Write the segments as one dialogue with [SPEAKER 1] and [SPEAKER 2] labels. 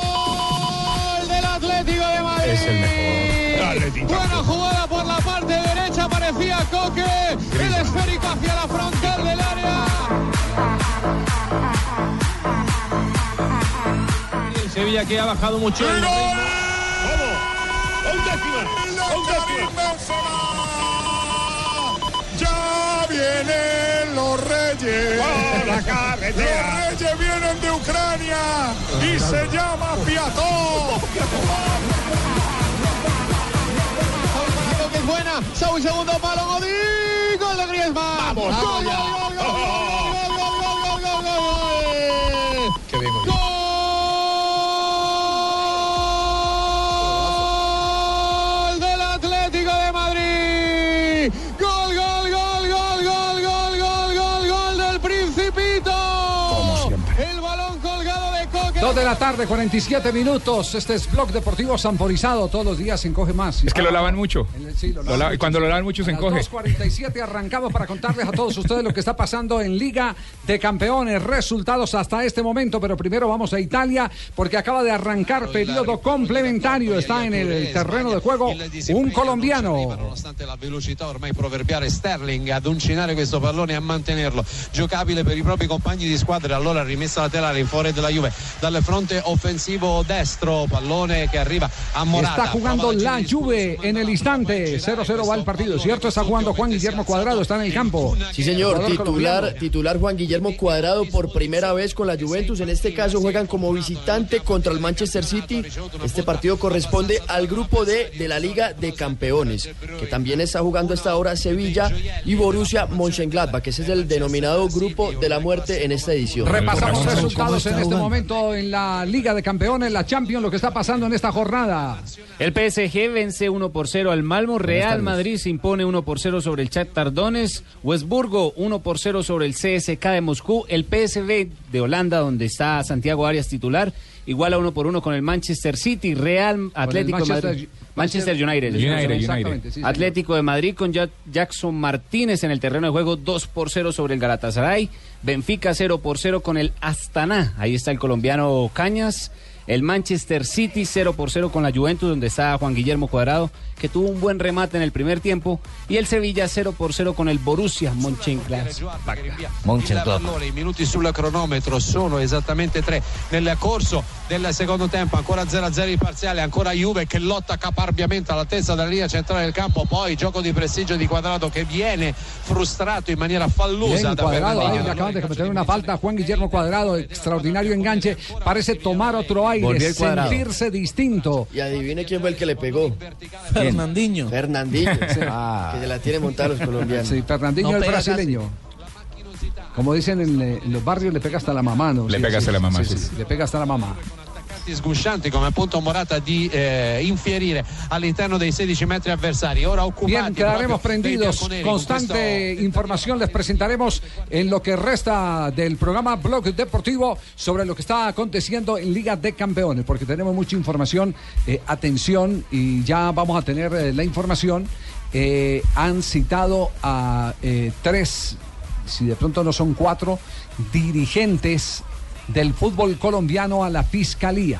[SPEAKER 1] Gol del Atlético de Madrid.
[SPEAKER 2] Es el mejor.
[SPEAKER 3] Atlético.
[SPEAKER 1] Buena jugada por la parte derecha, parecía Coque. El esférico hacia la frontal del área. El Sevilla que ha bajado mucho. el ritmo.
[SPEAKER 3] Ya vienen los reyes. Los reyes vienen de Ucrania y se llama Piató.
[SPEAKER 1] Coque es buena. Saúl segundo palo. Godín. Gol de Griezmann. Vamos. Gol, gol, gol, gol, gol, gol, gol, gol, gol, gol, gol.
[SPEAKER 2] Qué bien, Godín.
[SPEAKER 1] Gol del Atlético de Madrid. Gol, gol, gol, gol, gol, gol, gol, gol, gol del Principito. El balón colgado de Coque.
[SPEAKER 4] Dos de la tarde, 47 minutos. Este es Blog Deportivo Sanforizado. Todos los días se encoge más.
[SPEAKER 5] Es que lo lavan mucho.
[SPEAKER 4] Sí, lo
[SPEAKER 5] Lo la-
[SPEAKER 4] mucho.
[SPEAKER 5] cuando lo lavan mucho se
[SPEAKER 4] A las pues.
[SPEAKER 5] encoge.
[SPEAKER 4] 2.47 arrancamos para contarles a todos ustedes lo que está pasando en Liga de Campeones. Resultados hasta este momento, pero primero vamos a Italia porque acaba de arrancar periodo complementario. Está en el terreno de juego un colombiano.
[SPEAKER 6] nonostante la velocità ormai proverbiale Sterling ad uncinare questo pallone e a mantenerlo giocabile per i propri compagni di squadra allora rimessa laterale in fuori della Juve dal fronte offensivo destro pallone che arriva a Morata
[SPEAKER 4] Está jugando
[SPEAKER 6] Prova la
[SPEAKER 4] la
[SPEAKER 6] Gini,
[SPEAKER 4] Juve en el instante. 0-0 va el partido, ¿cierto? Está jugando Juan Guillermo Cuadrado, está en el campo.
[SPEAKER 7] Sí, señor,
[SPEAKER 4] Jugador
[SPEAKER 7] titular,
[SPEAKER 4] colombiano.
[SPEAKER 7] titular Juan Guillermo Cuadrado por primera vez con la Juventus. En este caso juegan como visitante contra el Manchester City. Este partido corresponde al grupo D de la Liga de Campeones, que también está jugando a esta hora Sevilla y Borussia Mönchengladbach, que ese es el denominado grupo de la muerte en esta edición.
[SPEAKER 4] Repasamos resultados en este momento en la Liga de Campeones, la Champions, lo que está pasando en esta jornada.
[SPEAKER 8] El PSG vence 1 por 0 al Malmo, Real Madrid se impone 1 por 0 sobre el Chat Tardones, Westburgo 1 por 0 sobre el CSK de Moscú, el PSV de Holanda donde está Santiago Arias titular, igual a 1 por 1 con el Manchester City, Real Atlético de
[SPEAKER 4] Manchester-
[SPEAKER 8] Madrid, Manchester United.
[SPEAKER 5] United,
[SPEAKER 4] Exactamente, sí, señor.
[SPEAKER 8] Atlético de Madrid con Ja- Jackson Martínez en el terreno de juego 2 por 0 sobre el Galatasaray. Benfica 0 por 0 con el Astana. Ahí está el colombiano Cañas. El Manchester City 0 por 0 con la Juventus donde está Juan Guillermo Cuadrado que tuvo un buen remate en el primer tiempo. Y el Sevilla 0 por 0 con el Borussia Mönchengladbach.
[SPEAKER 6] Il pallone, i minuti sul cronometro sono esattamente tre nel corso del secondo tempo, ancora 0-0 il parziale, ancora Juve che lotta caparbiamente all'altezza della linea centrale del campo, poi gioco di prestigio di Quadrato che viene frustrato in maniera fallosa
[SPEAKER 4] Bien,
[SPEAKER 6] da
[SPEAKER 4] cuadrado, ahí
[SPEAKER 6] Fernandinho.
[SPEAKER 4] le acaban de cometer una falta. Juan Guillermo Cuadrado, extraordinario enganche. Parece tomar otro aire,
[SPEAKER 7] Volvió el Cuadrado.
[SPEAKER 4] sentirse distinto.
[SPEAKER 7] Y adivine quién fue el que le pegó.
[SPEAKER 2] Fernandinho.
[SPEAKER 7] Fernandinho, Ah. que se la tiene montada los colombianos.
[SPEAKER 4] Ah. Sí, Fernandinho
[SPEAKER 2] No
[SPEAKER 4] el
[SPEAKER 2] pega
[SPEAKER 4] brasileño. Como dicen en, eh, en los barrios, le pega hasta la mamá, ¿no?
[SPEAKER 5] Le pega hasta la mamá, sí, sí.
[SPEAKER 4] Le pega hasta la mamá.
[SPEAKER 6] attaccanti sguscianti come appunto Morata di eh, infierire all'interno dei 16 metri avversari. Ora occupati
[SPEAKER 4] Bien, quedaremos
[SPEAKER 6] proprio dei
[SPEAKER 4] prendidos.
[SPEAKER 6] bianconeri con
[SPEAKER 4] Constante
[SPEAKER 6] questo-
[SPEAKER 4] información les presentaremos en lo que resta del programa Blog Deportivo sobre lo que está aconteciendo en Liga de Campeones, porque tenemos mucha información, eh, atención, y ya vamos a tener eh, la información. Eh, han citado a eh, tres, si de pronto no son cuatro, dirigentes del fútbol colombiano a la fiscalía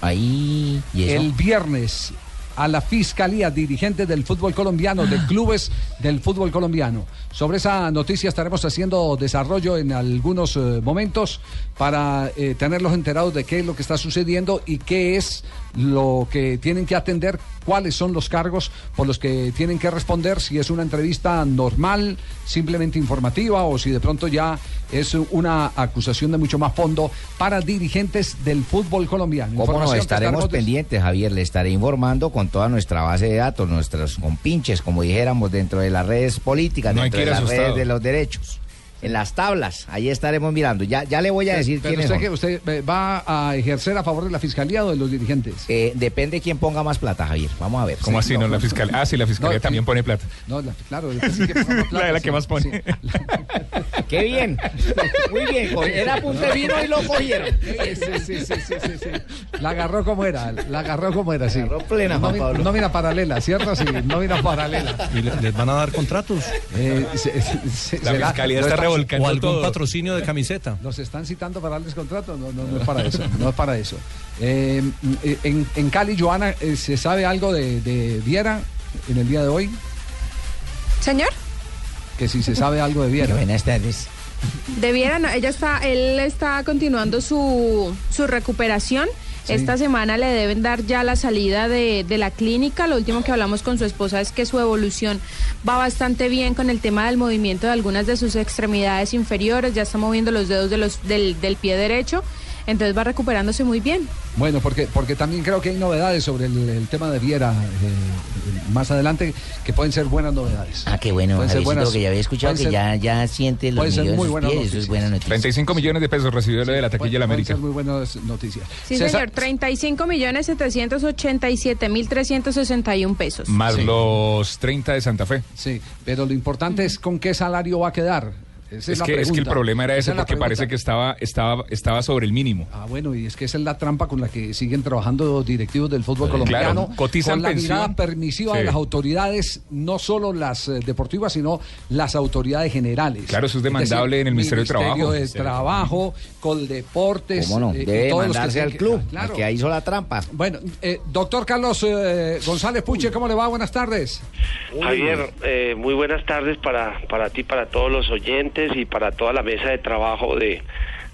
[SPEAKER 2] Ahí. Y
[SPEAKER 4] el viernes a la fiscalía dirigentes del fútbol colombiano,
[SPEAKER 2] Ah.
[SPEAKER 4] de clubes del fútbol colombiano. Sobre esa noticia estaremos haciendo desarrollo en algunos eh, momentos para eh, tenerlos enterados de qué es lo que está sucediendo y qué es lo que tienen que atender, cuáles son los cargos por los que tienen que responder, si es una entrevista normal, simplemente informativa o si de pronto ya es una acusación de mucho más fondo para dirigentes del fútbol colombiano.
[SPEAKER 9] ¿Cómo nos
[SPEAKER 4] Información que
[SPEAKER 9] estaremos
[SPEAKER 4] estaremos des-
[SPEAKER 9] pendientes, Javier? Le estaré informando con toda nuestra base de datos, nuestros compinches, como dijéramos, dentro de las redes políticas,
[SPEAKER 5] No hay
[SPEAKER 9] dentro
[SPEAKER 5] que ir
[SPEAKER 9] de las
[SPEAKER 5] asustado.
[SPEAKER 9] redes de los derechos.
[SPEAKER 10] en las tablas. Ahí estaremos mirando. Ya, ya le voy a decir
[SPEAKER 4] Pero
[SPEAKER 10] quiénes
[SPEAKER 4] usted,
[SPEAKER 10] son.
[SPEAKER 4] que usted eh, va a ejercer a favor de la fiscalía o de los dirigentes.
[SPEAKER 10] Eh, depende quién ponga más plata, Javier. Vamos a ver.
[SPEAKER 11] ¿Cómo así? No, la fiscalía. Ah, sí, la fiscalía
[SPEAKER 4] pues. No,
[SPEAKER 11] también pone plata.
[SPEAKER 4] No, la- claro. la que ponga
[SPEAKER 11] La de
[SPEAKER 4] plata,
[SPEAKER 11] la
[SPEAKER 4] sí,
[SPEAKER 11] que más pone.
[SPEAKER 4] sí.
[SPEAKER 10] Qué bien. Muy bien. con- Era punta de vino y lo cogieron.
[SPEAKER 4] Sí, sí, sí, sí, sí, sí. La agarró como era, la agarró como era, sí.
[SPEAKER 10] agarró plena, Juan
[SPEAKER 4] nómina,
[SPEAKER 10] Pablo.
[SPEAKER 4] nómina paralela, ¿cierto? Sí, nómina paralela.
[SPEAKER 12] ¿Y le- les van a dar contratos?
[SPEAKER 4] Eh, se- se- se-
[SPEAKER 11] La
[SPEAKER 4] será-
[SPEAKER 11] fiscalía
[SPEAKER 4] nos
[SPEAKER 11] está
[SPEAKER 12] ¿O
[SPEAKER 4] están-
[SPEAKER 11] revolcando
[SPEAKER 12] algún
[SPEAKER 11] todo.
[SPEAKER 12] patrocinio de camiseta?
[SPEAKER 4] Nos están citando para darles contrato, no, no, no es para eso, no es para eso. Eh, eh, en, en Cali, Joana, eh, ¿se sabe algo de, de Viera en el día de hoy?
[SPEAKER 13] Señor,
[SPEAKER 4] Que si se sabe algo de Viera.
[SPEAKER 10] Buenas tardes.
[SPEAKER 13] debieran, ella está, él está continuando su, su recuperación.
[SPEAKER 4] Sí.
[SPEAKER 13] Esta semana le deben dar ya la salida de, de la clínica. Lo último que hablamos con su esposa es que su evolución va bastante bien con el tema del movimiento de algunas de sus extremidades inferiores. Ya está moviendo los dedos de los, del, del pie derecho. Entonces va recuperándose muy bien.
[SPEAKER 4] Bueno, porque, porque también creo que hay novedades sobre el, el tema de Viera eh, más adelante que pueden ser buenas novedades.
[SPEAKER 14] Ah, qué bueno,
[SPEAKER 4] Pueden ser
[SPEAKER 14] Javiercito,
[SPEAKER 4] buenas-
[SPEAKER 14] que ya había escuchado
[SPEAKER 4] pueden
[SPEAKER 14] que
[SPEAKER 4] ser-
[SPEAKER 14] ya, ya siente los
[SPEAKER 4] pueden ser
[SPEAKER 14] millones
[SPEAKER 4] muy
[SPEAKER 14] en sus
[SPEAKER 4] buenas
[SPEAKER 14] pies, eso es
[SPEAKER 4] noticias.
[SPEAKER 14] buena noticia.
[SPEAKER 11] 35 millones de pesos recibió lo de la taquilla de la
[SPEAKER 4] Pueden-
[SPEAKER 11] América.
[SPEAKER 4] Pueden ser muy buenas noticias.
[SPEAKER 13] Sí,
[SPEAKER 4] Se sa-
[SPEAKER 13] señor, 35 millones 787 mil 361 pesos.
[SPEAKER 11] Más
[SPEAKER 4] Sí.
[SPEAKER 11] los 30 de Santa Fe.
[SPEAKER 4] Sí, pero lo importante es con qué salario va a quedar. Esa
[SPEAKER 11] Es,
[SPEAKER 4] la
[SPEAKER 11] que, es que el
[SPEAKER 4] pregunta.
[SPEAKER 11] problema era
[SPEAKER 4] Esa
[SPEAKER 11] ese
[SPEAKER 4] es la
[SPEAKER 11] porque parece que
[SPEAKER 4] pregunta.
[SPEAKER 11] estaba, estaba, estaba sobre el mínimo.
[SPEAKER 4] Ah, bueno, y es que esa es la trampa con la que siguen trabajando los directivos del fútbol colombiano.
[SPEAKER 11] claro, cotizan
[SPEAKER 4] con la
[SPEAKER 11] pensión.
[SPEAKER 4] mirada permisiva de
[SPEAKER 11] Sí.
[SPEAKER 4] las autoridades, no solo las eh, deportivas, sino las autoridades generales.
[SPEAKER 11] Claro, eso es demandable en el Ministerio de Trabajo.
[SPEAKER 4] Ministerio de Trabajo, Coldeportes.
[SPEAKER 10] ¿Cómo no?
[SPEAKER 4] eh, y
[SPEAKER 10] Debe
[SPEAKER 4] todos los que
[SPEAKER 10] mandarse
[SPEAKER 4] tienen
[SPEAKER 10] al
[SPEAKER 4] que- Ah,
[SPEAKER 10] club,
[SPEAKER 4] Claro.
[SPEAKER 10] al que hizo la trampa.
[SPEAKER 4] Bueno, eh, doctor Carlos eh, González Puche, ¿cómo le va? Buenas tardes.
[SPEAKER 15] Javier, eh, muy buenas tardes para, para ti, para todos los oyentes y para toda la mesa de trabajo de,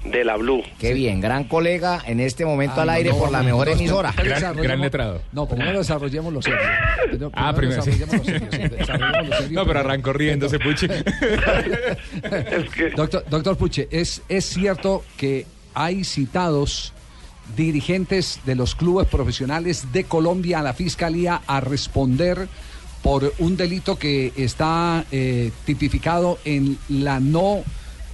[SPEAKER 15] de la Blue.
[SPEAKER 10] Qué bien. Gran colega en este momento al
[SPEAKER 4] Ah,
[SPEAKER 10] aire
[SPEAKER 4] no, no,
[SPEAKER 10] por la
[SPEAKER 4] no,
[SPEAKER 10] mejor
[SPEAKER 4] no,
[SPEAKER 10] emisora.
[SPEAKER 4] primero
[SPEAKER 11] Gran-
[SPEAKER 4] desarrollemos-
[SPEAKER 11] gran letrado.
[SPEAKER 4] No, primero desarrollemos los serios. Primero-
[SPEAKER 11] Ah, primero, sí.
[SPEAKER 4] desarrollemos los serios, desarrollemos los serios,
[SPEAKER 11] No, pero arrancó riéndose, Puche.
[SPEAKER 15] Es que
[SPEAKER 4] Doctor, doctor Puche, ¿es, ¿es cierto que hay citados dirigentes de los clubes profesionales de Colombia a la Fiscalía a responder por un delito que está eh, tipificado en la no...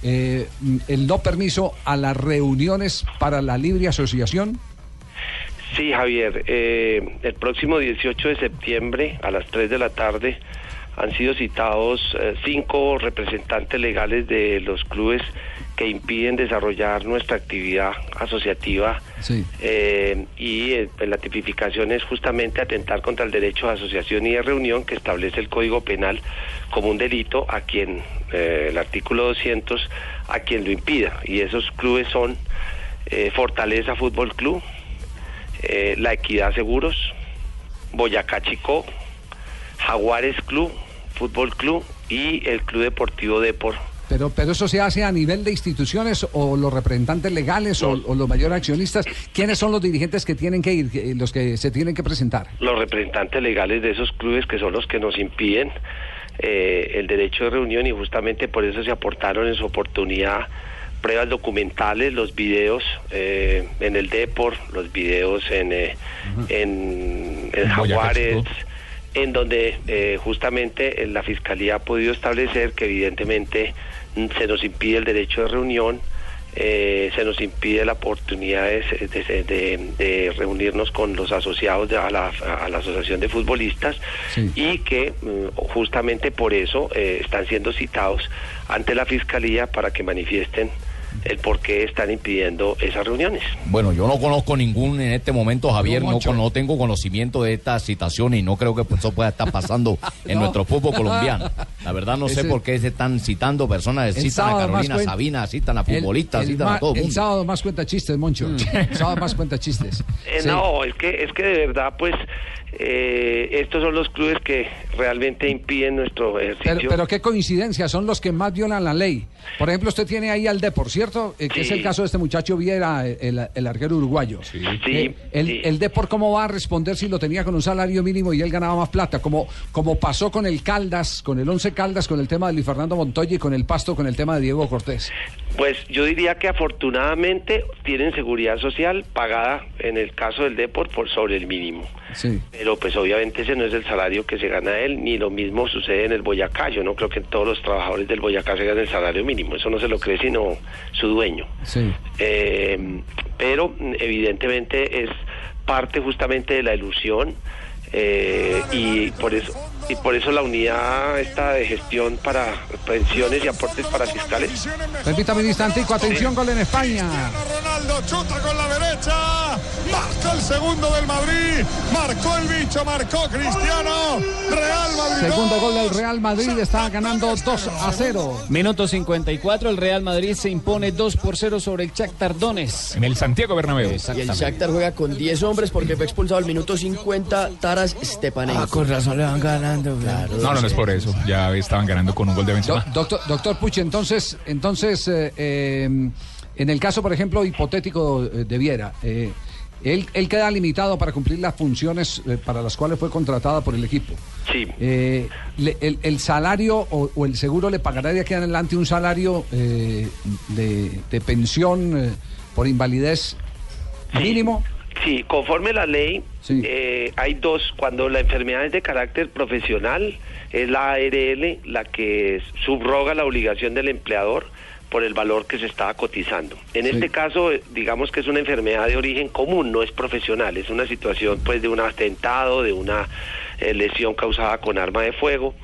[SPEAKER 4] eh, el no permiso a las reuniones para la libre asociación?
[SPEAKER 15] Sí, Javier, eh, el próximo 18 de septiembre a las 3 de la tarde han sido citados eh, cinco representantes legales de los clubes que impiden desarrollar nuestra actividad asociativa
[SPEAKER 4] Sí.
[SPEAKER 15] eh, y eh, pues, la tipificación es justamente atentar contra el derecho de asociación y de reunión que establece el Código Penal como un delito a quien, eh, el artículo 200, a quien lo impida. Y esos clubes son eh, Fortaleza Fútbol Club, eh, La Equidad Seguros, Boyacá Chico, Jaguares Club, Fútbol Club y el Club Deportivo Depor.
[SPEAKER 4] Pero, pero eso se hace a nivel de instituciones o los representantes legales o, o los mayores accionistas. ¿Quiénes son los dirigentes que tienen que ir, eh, los que se tienen que presentar?
[SPEAKER 15] los representantes legales de esos clubes que son los que nos impiden eh, el derecho de reunión y justamente por eso se aportaron en su oportunidad pruebas documentales, los videos eh, en el Depor, los videos en, eh, en, en
[SPEAKER 11] Boyacá
[SPEAKER 15] Jaguares,
[SPEAKER 11] Chico.
[SPEAKER 15] en donde eh, justamente eh, la Fiscalía ha podido establecer que evidentemente mm, se nos impide el derecho de reunión, eh, se nos impide la oportunidad de, se- de se- de- de reunirnos con los asociados de- a, la, a la Asociación de Futbolistas
[SPEAKER 4] Sí.
[SPEAKER 15] y que mm, justamente por eso eh, están siendo citados ante la Fiscalía para que manifiesten el por qué están impidiendo esas reuniones.
[SPEAKER 16] Bueno, yo no conozco ningún en este momento, Javier,
[SPEAKER 4] No,
[SPEAKER 16] no,
[SPEAKER 4] Moncho.
[SPEAKER 16] con- no tengo conocimiento de estas citaciones y no creo que eso pueda estar pasando en
[SPEAKER 4] No.
[SPEAKER 16] nuestro fútbol colombiano. La verdad no sé
[SPEAKER 4] Ese-
[SPEAKER 16] por qué se están citando personas,
[SPEAKER 4] El
[SPEAKER 16] citan a
[SPEAKER 4] sábado más
[SPEAKER 16] Carolina
[SPEAKER 4] cuen-
[SPEAKER 16] Sabina, citan a
[SPEAKER 4] El-
[SPEAKER 16] futbolistas,
[SPEAKER 4] el
[SPEAKER 16] citan
[SPEAKER 4] ma-
[SPEAKER 16] a todo
[SPEAKER 4] el
[SPEAKER 16] mundo.
[SPEAKER 4] sábado más cuenta chistes, Moncho. El sábado más cuenta chistes.
[SPEAKER 15] Eh, No, es que, es que de verdad, pues, eh, estos son los clubes que realmente impiden nuestro ejercicio.
[SPEAKER 4] Pero, pero qué coincidencia, son los que más violan la ley. Por ejemplo, usted tiene ahí al de, por cierto, eh, que es
[SPEAKER 15] Sí.
[SPEAKER 4] el caso de este muchacho Viera, eh, el, el arquero uruguayo.
[SPEAKER 15] Sí,
[SPEAKER 4] Eh, el,
[SPEAKER 15] sí.
[SPEAKER 4] el Depor cómo va a responder si lo tenía con un salario mínimo y él ganaba más plata, como, como pasó con el Caldas, con el Once Caldas con el tema de Luis Fernando Montoya y con el Pasto con el tema de Diego Cortés?
[SPEAKER 15] Pues yo diría que afortunadamente tienen seguridad social pagada en el caso del Deport por sobre el mínimo.
[SPEAKER 4] Sí.
[SPEAKER 15] Pero pues obviamente ese no es el salario que se gana él, ni lo mismo sucede en el Boyacá. Yo no creo que todos los trabajadores del Boyacá se ganen el salario mínimo, eso no se lo cree sino su dueño.
[SPEAKER 4] Sí.
[SPEAKER 15] Eh, pero evidentemente es parte justamente de la ilusión eh, y por eso y por eso la unidad esta de gestión para pensiones y aportes para fiscales
[SPEAKER 4] Permítame un instantico, atención, gol en España.
[SPEAKER 3] Ronaldo chuta con la derecha. Marca el segundo del Madrid. Marcó el bicho, marcó Cristiano. Real Madrid.
[SPEAKER 4] Segundo gol del Real Madrid, está ganando 2 a 0.
[SPEAKER 8] Minuto 54, el Real Madrid se impone 2 por 0 sobre el Shakhtar Donetsk.
[SPEAKER 11] En el Santiago Bernabéu.
[SPEAKER 7] Y el Shakhtar juega con 10 hombres porque fue expulsado al minuto 50 Taras Stepanenko. Ah,
[SPEAKER 10] con razón le van ganando.
[SPEAKER 11] No, no, no es por eso. Ya estaban ganando con un gol de
[SPEAKER 4] Do-
[SPEAKER 11] Benzema.
[SPEAKER 4] doctor, doctor Puche, entonces, entonces eh, eh, en el caso, por ejemplo, hipotético eh, de Viera, eh, él, él queda limitado para cumplir las funciones eh, para las cuales fue contratada por el equipo.
[SPEAKER 15] Sí.
[SPEAKER 4] Eh, le- el, el salario o, o el seguro le pagará de aquí en adelante un salario eh, de, de pensión eh, por invalidez mínimo.
[SPEAKER 15] Sí, conforme la ley, eh, hay dos. Cuando la enfermedad es de carácter profesional, es la ARL la que subroga la obligación del empleador por el valor que se estaba cotizando. En este caso, eh, digamos que es una enfermedad de origen común, no es profesional, es una situación pues de un atentado, de una eh, lesión causada con arma de fuego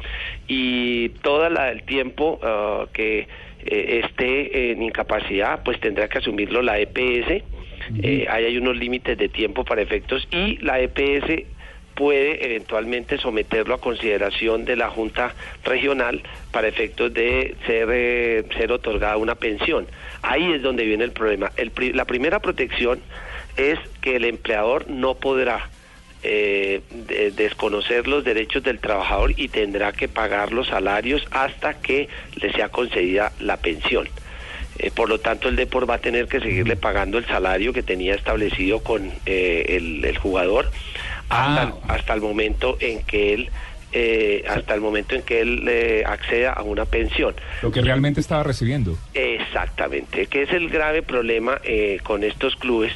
[SPEAKER 15] y todo el tiempo ah, que eh, esté en incapacidad, pues tendrá que asumirlo la EPS. Eh, ahí hay unos límites de tiempo para efectos y la EPS puede eventualmente someterlo a consideración de la Junta Regional para efectos de ser, eh, ser otorgada una pensión. Ahí es donde viene el problema. El pri- la primera protección es que el empleador no podrá eh, de- desconocer los derechos del trabajador y tendrá que pagar los salarios hasta que le sea concedida la pensión. Eh, por lo tanto, el Depor va a tener que seguirle pagando el salario que tenía establecido con eh, el, el jugador
[SPEAKER 4] Ah.
[SPEAKER 15] hasta, hasta el momento en que él eh, hasta el momento en que él eh, acceda a una pensión.
[SPEAKER 11] Lo que realmente estaba recibiendo.
[SPEAKER 15] Exactamente, que es el grave problema eh, con estos clubes,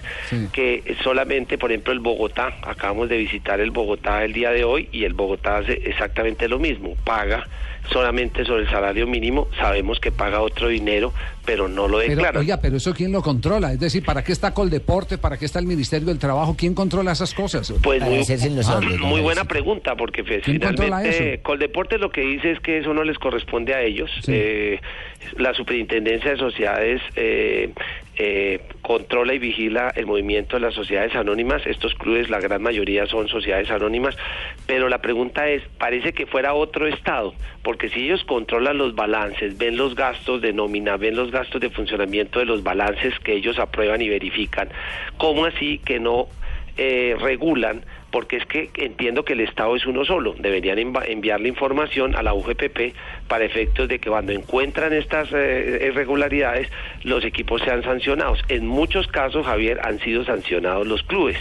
[SPEAKER 15] que solamente, por ejemplo, el Bogotá, acabamos de visitar el Bogotá el día de hoy y el Bogotá hace exactamente lo mismo, paga solamente sobre el salario mínimo, sabemos que paga otro dinero, pero no lo
[SPEAKER 4] Pero,
[SPEAKER 15] declara.
[SPEAKER 4] oiga, pero eso quién lo controla? Es decir, ¿para qué está Coldeporte? ¿Para qué está el Ministerio del Trabajo? ¿Quién controla esas cosas?
[SPEAKER 15] Pues muy, muy buena pregunta, porque pues,
[SPEAKER 4] ¿Quién controla
[SPEAKER 15] finalmente
[SPEAKER 4] eso?
[SPEAKER 15] Coldeportes lo que dice es que eso no les corresponde a ellos. Eh, la Superintendencia de Sociedades eh, eh, controla y vigila el movimiento de las sociedades anónimas. Estos clubes, la gran mayoría son sociedades anónimas, pero la pregunta es, parece que fuera otro Estado, porque si ellos controlan los balances, ven los gastos de nómina, ven los gastos de funcionamiento de los balances que ellos aprueban y verifican, ¿cómo así que no eh, regulan, porque es que entiendo que el Estado es uno solo, deberían enva- enviar la información a la UGPP para efectos de que cuando encuentran estas eh, irregularidades los equipos sean sancionados. En muchos casos, Javier, han sido sancionados los clubes,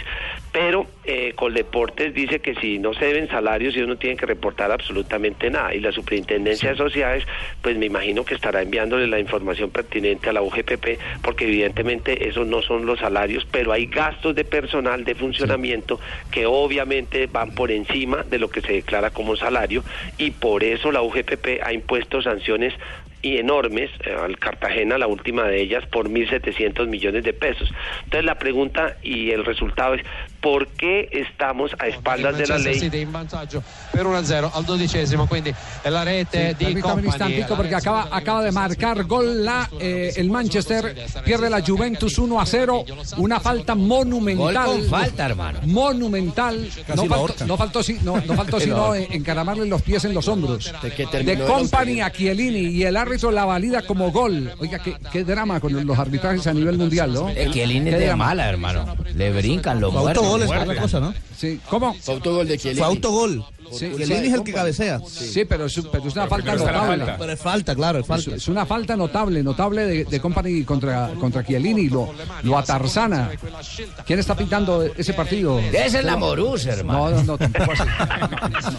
[SPEAKER 15] pero eh, Coldeportes dice que si no se deben salarios, ellos no tienen que reportar absolutamente nada. Y la Superintendencia de Sociedades, pues me imagino que estará enviándole la información pertinente a la UGPP, porque evidentemente esos no son los salarios, pero hay gastos de personal, de funcionamiento, que obviamente van por encima de lo que se declara como salario, y por eso la UGPP ha impuesto sanciones y enormes eh, al Cartagena, la última de ellas, por 1.700 millones de pesos. Entonces la pregunta y el resultado es, ¿por qué estamos a espaldas de la
[SPEAKER 6] Manchester
[SPEAKER 15] ley?
[SPEAKER 6] City in vantaggio per 1-0 al dodicesimo, quindi è la rete di
[SPEAKER 4] Permítame un
[SPEAKER 6] Company.
[SPEAKER 4] instantico porque acaba, acaba de marcar gol la, eh, el Manchester, pierde la Juventus 1 a 0, una falta monumental.
[SPEAKER 10] Gol con falta, hermano.
[SPEAKER 4] Monumental.
[SPEAKER 10] Casi la
[SPEAKER 4] No faltó,
[SPEAKER 10] ahorca.
[SPEAKER 4] no faltó, si- no, no faltó
[SPEAKER 10] Pero
[SPEAKER 4] sino
[SPEAKER 10] ahora-
[SPEAKER 4] en- encaramarle los pies en los hombros. De
[SPEAKER 10] terminó
[SPEAKER 4] Company a Chiellini y el árbitro la valida como gol. Oiga, qué, qué drama con los arbitrajes a nivel mundial, ¿no?
[SPEAKER 10] El Chiellini
[SPEAKER 4] Qué
[SPEAKER 10] es de
[SPEAKER 4] drama.
[SPEAKER 10] mala, hermano. Le brincan los
[SPEAKER 4] Fue
[SPEAKER 10] muertos.
[SPEAKER 4] autogol, es
[SPEAKER 10] Muerden.
[SPEAKER 4] la cosa, ¿no? Sí, ¿cómo? Fue
[SPEAKER 7] autogol de Chiellini.
[SPEAKER 12] Fue autogol.
[SPEAKER 4] Sí,
[SPEAKER 12] Chiellini es el que cabecea.
[SPEAKER 4] Sí, pero, es, pero es una falta
[SPEAKER 12] primero está la
[SPEAKER 4] notable.
[SPEAKER 12] falta. Pero es falta, claro, es falta.
[SPEAKER 4] Es, es una falta notable, notable de, de Company contra, contra Chiellini, lo, lo atarzana. ¿Quién está pintando ese partido?
[SPEAKER 10] Debe ser la Morús, hermano.
[SPEAKER 4] No, no, no, tampoco así.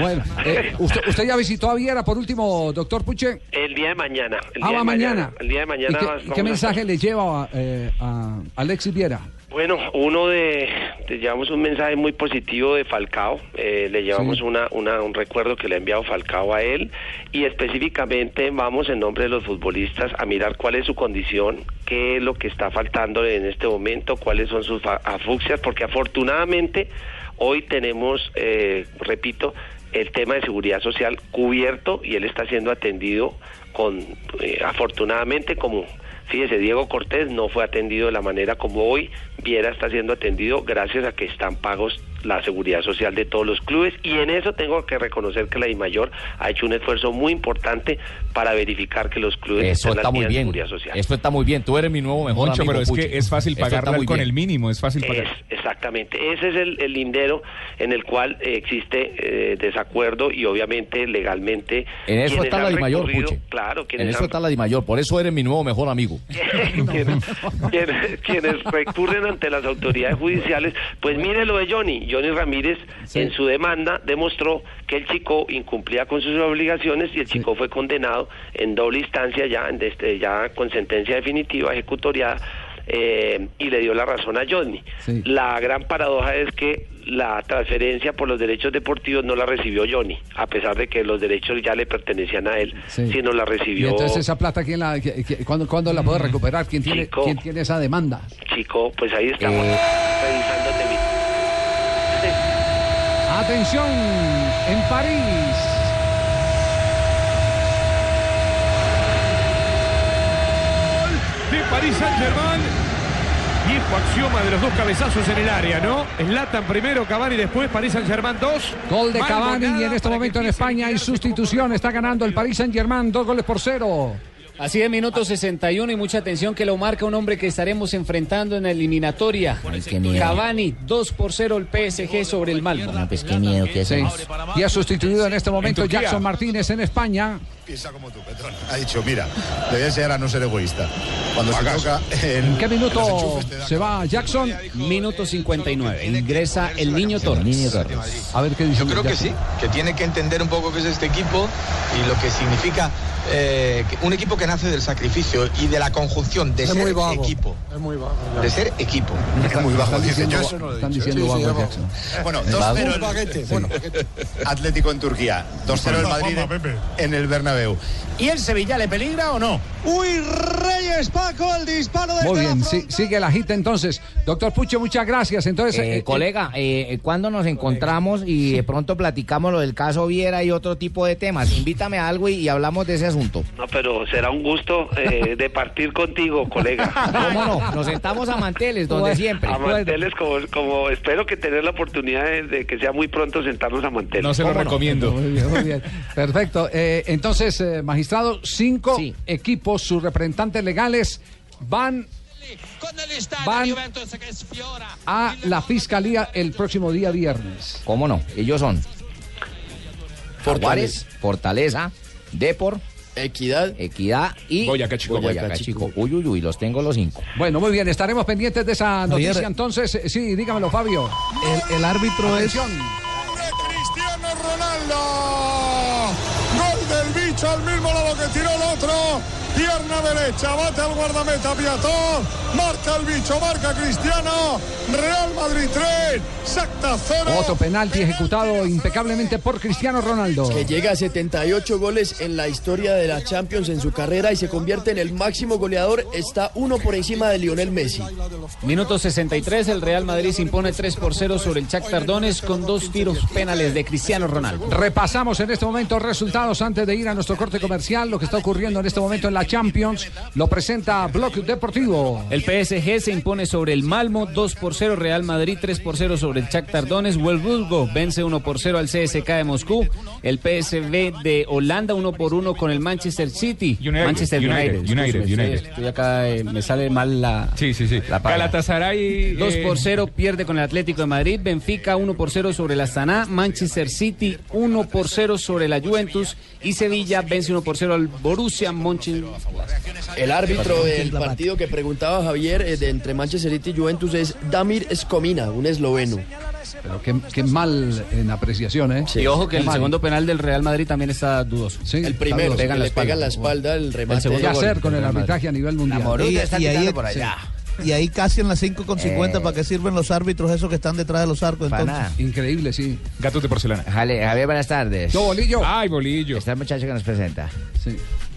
[SPEAKER 4] Bueno, eh, usted, usted ya visitó a Viera por último, doctor Puche.
[SPEAKER 15] El día de mañana. El
[SPEAKER 4] Ah,
[SPEAKER 15] día
[SPEAKER 4] va
[SPEAKER 15] de
[SPEAKER 4] mañana.
[SPEAKER 15] El día de
[SPEAKER 4] ¿Y
[SPEAKER 15] mañana.
[SPEAKER 4] qué,
[SPEAKER 15] vamos
[SPEAKER 4] y qué
[SPEAKER 15] a-
[SPEAKER 4] mensaje le lleva eh, a Alexis Viera?
[SPEAKER 15] Bueno, uno de, de- llevamos un mensaje muy positivo de Falcao, eh, le llevamos una, una- un recuerdo que le ha enviado Falcao a él y específicamente vamos en nombre de los futbolistas a mirar cuál es su condición, qué es lo que está faltando en este momento, cuáles son sus fa- afuxias, porque afortunadamente hoy tenemos, eh, repito, el tema de seguridad social cubierto y él está siendo atendido con, eh, afortunadamente como Fíjese, Diego Cortés no fue atendido de la manera como hoy Viera está siendo atendido gracias a que están pagos la seguridad social de todos los clubes y en eso tengo que reconocer que la DIMAYOR ha hecho un esfuerzo muy importante para verificar que los clubes
[SPEAKER 16] Eso
[SPEAKER 15] estén
[SPEAKER 16] está
[SPEAKER 15] al día
[SPEAKER 16] muy
[SPEAKER 15] en
[SPEAKER 16] bien.
[SPEAKER 15] seguridad social.
[SPEAKER 16] Esto está muy bien. Tú eres mi nuevo mejor
[SPEAKER 11] Moncho,
[SPEAKER 16] amigo.
[SPEAKER 11] pero es
[SPEAKER 16] Puche.
[SPEAKER 11] que es fácil
[SPEAKER 16] Esto está
[SPEAKER 11] pagarla
[SPEAKER 16] muy
[SPEAKER 11] con
[SPEAKER 16] bien.
[SPEAKER 11] el mínimo, es fácil pagar.
[SPEAKER 15] Es- exactamente. Ese es el, el lindero en el cual eh, existe eh, desacuerdo y obviamente legalmente.
[SPEAKER 16] En eso
[SPEAKER 15] quienes
[SPEAKER 16] está la
[SPEAKER 15] han
[SPEAKER 16] DIMAYOR,
[SPEAKER 15] recurrido-
[SPEAKER 16] Puche.
[SPEAKER 15] Claro, quienes
[SPEAKER 16] En eso
[SPEAKER 15] han
[SPEAKER 16] está la DiMayor. Por eso eres mi nuevo mejor amigo.
[SPEAKER 15] quienes, quienes recurren ante las autoridades judiciales, pues mire lo de Johnny. Johnny Ramírez en su demanda demostró que el chico incumplía con sus obligaciones y el chico fue condenado en doble instancia ya, en este, ya con sentencia definitiva ejecutoriada eh, y le dio la razón a Johnny. La gran paradoja es que la transferencia por los derechos deportivos no la recibió Johnny, a pesar de que los derechos ya le pertenecían a él,
[SPEAKER 4] Sí.
[SPEAKER 15] sino la
[SPEAKER 4] Y
[SPEAKER 15] recibió
[SPEAKER 4] entonces esa plata, ¿quién la, qui- qui- ¿cuándo, cuándo la puede recuperar? ¿Quién tiene,
[SPEAKER 15] Chico.
[SPEAKER 4] ¿Quién tiene esa demanda?
[SPEAKER 15] chico, pues ahí estamos
[SPEAKER 4] eh,
[SPEAKER 15] revisando el delito.
[SPEAKER 4] Atención, en París.
[SPEAKER 17] de París Saint-Germain. Viejo axioma de los dos cabezazos en el área, ¿no? Slatan primero, Cavani después, París Saint-Germain 2.
[SPEAKER 4] Gol de Cavani y en este momento en España hay sustitución. Está ganando el Paris Saint-Germain, dos goles por cero.
[SPEAKER 8] Así de minuto 61 y mucha atención que lo marca un hombre que estaremos enfrentando en la eliminatoria. Cavani, 2 por 0 el PSG sobre el Malmo. pues qué miedo que
[SPEAKER 4] Sí. Y ha sustituido en este momento
[SPEAKER 8] En Turquía.
[SPEAKER 4] Jackson Martínez en España.
[SPEAKER 18] Piensa como tú, Petrón. Ha dicho, mira, te voy a enseñar a no ser egoísta. Cuando se toca en,
[SPEAKER 4] ¿En qué
[SPEAKER 18] en los
[SPEAKER 4] minuto
[SPEAKER 18] enchufes te da-
[SPEAKER 4] se va Jackson?
[SPEAKER 8] Minuto
[SPEAKER 18] eh,
[SPEAKER 8] 59. Ingresa el niño
[SPEAKER 4] Niño
[SPEAKER 8] Torres.
[SPEAKER 4] Torres. A ver qué dice.
[SPEAKER 19] Yo creo que
[SPEAKER 4] Jackson.
[SPEAKER 19] sí, que tiene que entender un poco qué es este equipo y lo que significa eh, que- un equipo que nace del sacrificio y de la conjunción de
[SPEAKER 9] Es
[SPEAKER 19] ser
[SPEAKER 9] muy vago.
[SPEAKER 19] equipo.
[SPEAKER 9] Es muy bajo.
[SPEAKER 19] De ser equipo.
[SPEAKER 18] Es muy bajo, dice yo. eso no lo he
[SPEAKER 4] Están
[SPEAKER 18] dicho.
[SPEAKER 4] diciendo
[SPEAKER 18] Sí, sí,
[SPEAKER 4] vago
[SPEAKER 18] es
[SPEAKER 4] Jackson.
[SPEAKER 18] Bueno,
[SPEAKER 4] ¿Es vago?
[SPEAKER 18] 2-0
[SPEAKER 4] Un baguete,
[SPEAKER 18] el- Atlético en Turquía. 2-0 el Madrid en el Bernabéu. ¿Y el Sevilla le peligra o no?
[SPEAKER 20] Uy, Reyes Paco, el disparo de
[SPEAKER 4] Muy bien, sí, sigue la gita entonces. Doctor Pucho, muchas gracias. Entonces,
[SPEAKER 10] Eh,
[SPEAKER 4] eh,
[SPEAKER 10] colega, eh, cuando nos encontramos y de pronto platicamos lo del caso Viera y otro tipo de temas, invítame a algo y, y hablamos de ese asunto.
[SPEAKER 15] No, pero será un gusto eh, de partir contigo, colega.
[SPEAKER 10] ¿Cómo no? Nos sentamos a manteles, donde siempre.
[SPEAKER 18] Ah,
[SPEAKER 15] A manteles, como, como espero que tener la oportunidad de, de que sea muy pronto sentarnos a manteles.
[SPEAKER 4] ¿Cómo Muy bien, muy bien. Perfecto. Eh, entonces, eh, magistrado, cinco equipos, sus representantes legales van, van a la fiscalía el próximo día viernes.
[SPEAKER 16] ¿Cómo no? Ellos son Fortaleza,
[SPEAKER 4] Jaguares.
[SPEAKER 16] Fortaleza Depor, Equidad, Equidad y
[SPEAKER 4] Boyacá Chico.
[SPEAKER 16] Boyacá Chico. Uy, uy, uy, los tengo los cinco.
[SPEAKER 4] Bueno, muy bien, estaremos pendientes de esa
[SPEAKER 16] Javier.
[SPEAKER 4] noticia entonces. Eh, Sí, dígamelo, Fabio.
[SPEAKER 12] El, el árbitro es.
[SPEAKER 4] Atención.
[SPEAKER 3] Cristiano Ronaldo. Gol del bicho al mismo lado que tiró el otro. Pierna derecha, bate al guardameta Piató. Marca el bicho, marca Cristiano. Real Madrid 3, Sacta 0.
[SPEAKER 7] Oh.
[SPEAKER 4] Otro penalti ejecutado impecablemente por Cristiano Ronaldo.
[SPEAKER 7] que llega a 78 goles en la historia de la Champions en su carrera y se convierte en el máximo goleador, está uno por encima de Lionel Messi.
[SPEAKER 8] Minuto 63, el Real Madrid se impone 3 por 0 sobre el Shakhtar Donetsk con dos tiros penales de Cristiano Ronaldo.
[SPEAKER 4] Repasamos en este momento resultados antes de ir a nuestro corte comercial, lo que está ocurriendo en este momento en la Champions. Lo presenta Blog Deportivo.
[SPEAKER 8] El PSG se impone sobre el Malmo 2 por 0, Real Madrid 3 por 0 sobre el Shakhtar Donetsk, Wolfsburgo vence 1 por 0 al CSK de Moscú, el PSV de Holanda 1 por 1 con el Manchester City, Manchester United.
[SPEAKER 11] United, United,
[SPEAKER 8] Estoy-
[SPEAKER 11] United.
[SPEAKER 8] estoy acá, eh, me sale mal la
[SPEAKER 11] Sí, sí, sí. Galatasaray
[SPEAKER 8] 2
[SPEAKER 11] eh,
[SPEAKER 8] por 0 pierde con el Atlético de Madrid, Benfica 1 por 0 sobre la Astana, Manchester City 1 por 0 sobre la Juventus y Sevilla vence 1 por 0 al Borussia Mönchengladbach.
[SPEAKER 7] El árbitro del partido que preguntaba Javier eh, de entre Manchester City y Juventus es Damir Skomina, un esloveno.
[SPEAKER 4] Pero qué, qué mal en apreciación, ¿eh?
[SPEAKER 8] y ojo que
[SPEAKER 4] Qué
[SPEAKER 8] el
[SPEAKER 4] mal.
[SPEAKER 8] segundo penal del Real Madrid también está dudoso.
[SPEAKER 4] el primero,
[SPEAKER 8] Le pegan
[SPEAKER 4] que
[SPEAKER 8] la
[SPEAKER 4] le
[SPEAKER 8] espalda.
[SPEAKER 4] pegan la
[SPEAKER 7] espalda el
[SPEAKER 4] ¿Qué
[SPEAKER 7] remate.
[SPEAKER 4] hacer con el arbitraje a nivel mundial?
[SPEAKER 12] Y ahí casi en las 5.50 con 50
[SPEAKER 4] Eh.
[SPEAKER 12] para qué sirven los árbitros esos que están detrás de los arcos
[SPEAKER 4] Para
[SPEAKER 12] entonces.
[SPEAKER 4] Increíble, sí.
[SPEAKER 11] Gatos de porcelana.
[SPEAKER 9] Javier, buenas tardes.
[SPEAKER 4] Yo, bolillo.
[SPEAKER 11] Ay, bolillo.
[SPEAKER 9] Está el muchacho que nos presenta.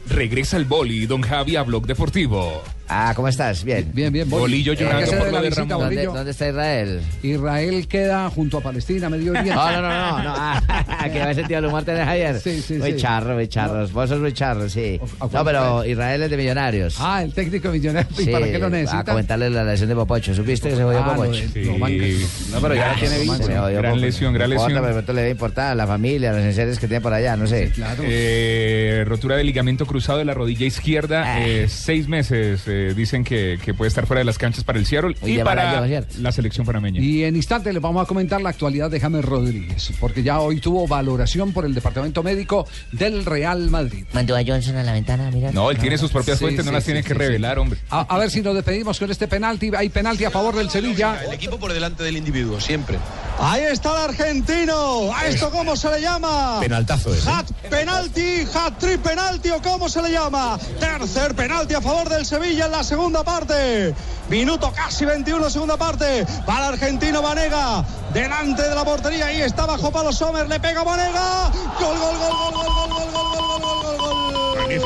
[SPEAKER 11] Regresa el boli, don Javi, a Blog Deportivo.
[SPEAKER 9] Ah, ¿cómo estás? Bien.
[SPEAKER 4] Bien, bien,
[SPEAKER 11] Bolillo llorando por la derrama.
[SPEAKER 9] ¿Dónde, dónde está Israel?
[SPEAKER 4] Israel queda junto a Palestina, Medio Oriente.
[SPEAKER 9] No, no, no, no. no. Ah, que a veces tío el humor tenés, Javier.
[SPEAKER 4] Sí, sí,
[SPEAKER 9] muy
[SPEAKER 4] sí.
[SPEAKER 9] charro, muy charros. Vos sos muy charro, sí. No, pero Israel es de Millonarios.
[SPEAKER 4] Ah, el técnico millonario. ¿Y
[SPEAKER 9] Sí,
[SPEAKER 4] para qué lo
[SPEAKER 9] A
[SPEAKER 4] necesita?
[SPEAKER 9] comentarle la lesión de Popocho. ¿Supiste que se jodió
[SPEAKER 4] Ah, lo
[SPEAKER 9] Popocho?
[SPEAKER 4] de- Sí. lo manca.
[SPEAKER 9] No, pero ya la tiene
[SPEAKER 4] Lo
[SPEAKER 9] bien.
[SPEAKER 4] manca.
[SPEAKER 9] Se jodió
[SPEAKER 11] Gran
[SPEAKER 9] Popocho.
[SPEAKER 11] lesión, gran
[SPEAKER 9] No importa,
[SPEAKER 11] lesión.
[SPEAKER 9] pero de pronto le debe importar a la familia, a los enseres que tiene por allá, no sé.
[SPEAKER 4] claro.
[SPEAKER 11] Eh, rotura de ligamento cruzado de la rodilla
[SPEAKER 4] Ah.
[SPEAKER 11] izquierda. eh, seis meses eh, dicen que, que puede estar fuera de las canchas para el Seattle
[SPEAKER 9] Uy,
[SPEAKER 11] y
[SPEAKER 9] ya
[SPEAKER 11] para
[SPEAKER 9] para allá,
[SPEAKER 11] la selección panameña.
[SPEAKER 4] Y en instante les vamos a comentar la actualidad de James Rodríguez, porque ya hoy tuvo valoración por el Departamento Médico del Real Madrid.
[SPEAKER 9] Mandó a Johnson a la ventana, mira.
[SPEAKER 11] No, él tiene sus propias
[SPEAKER 4] Sí,
[SPEAKER 11] fuentes, no
[SPEAKER 4] sí,
[SPEAKER 11] las
[SPEAKER 4] sí,
[SPEAKER 11] tiene
[SPEAKER 4] sí,
[SPEAKER 11] que
[SPEAKER 4] sí.
[SPEAKER 11] revelar, hombre.
[SPEAKER 4] A, a ver si nos despedimos con este penalti. Hay penalti a favor del Sevilla.
[SPEAKER 19] El equipo por delante del individuo, siempre.
[SPEAKER 3] Ahí está el argentino. ¿A esto cómo se le llama?
[SPEAKER 18] Eh. Penaltazo ese.
[SPEAKER 3] Hat penalti, hat trick penalti o cómo se le llama. Tercer penalti a favor del Sevilla en la segunda parte. Minuto casi 21, segunda parte. Para el argentino Vanega. Delante de la portería. Ahí está bajo palo Sommer. Le pega Vanega. Gol, gol, gol, gol, gol, gol, gol, gol, gol, gol, gol,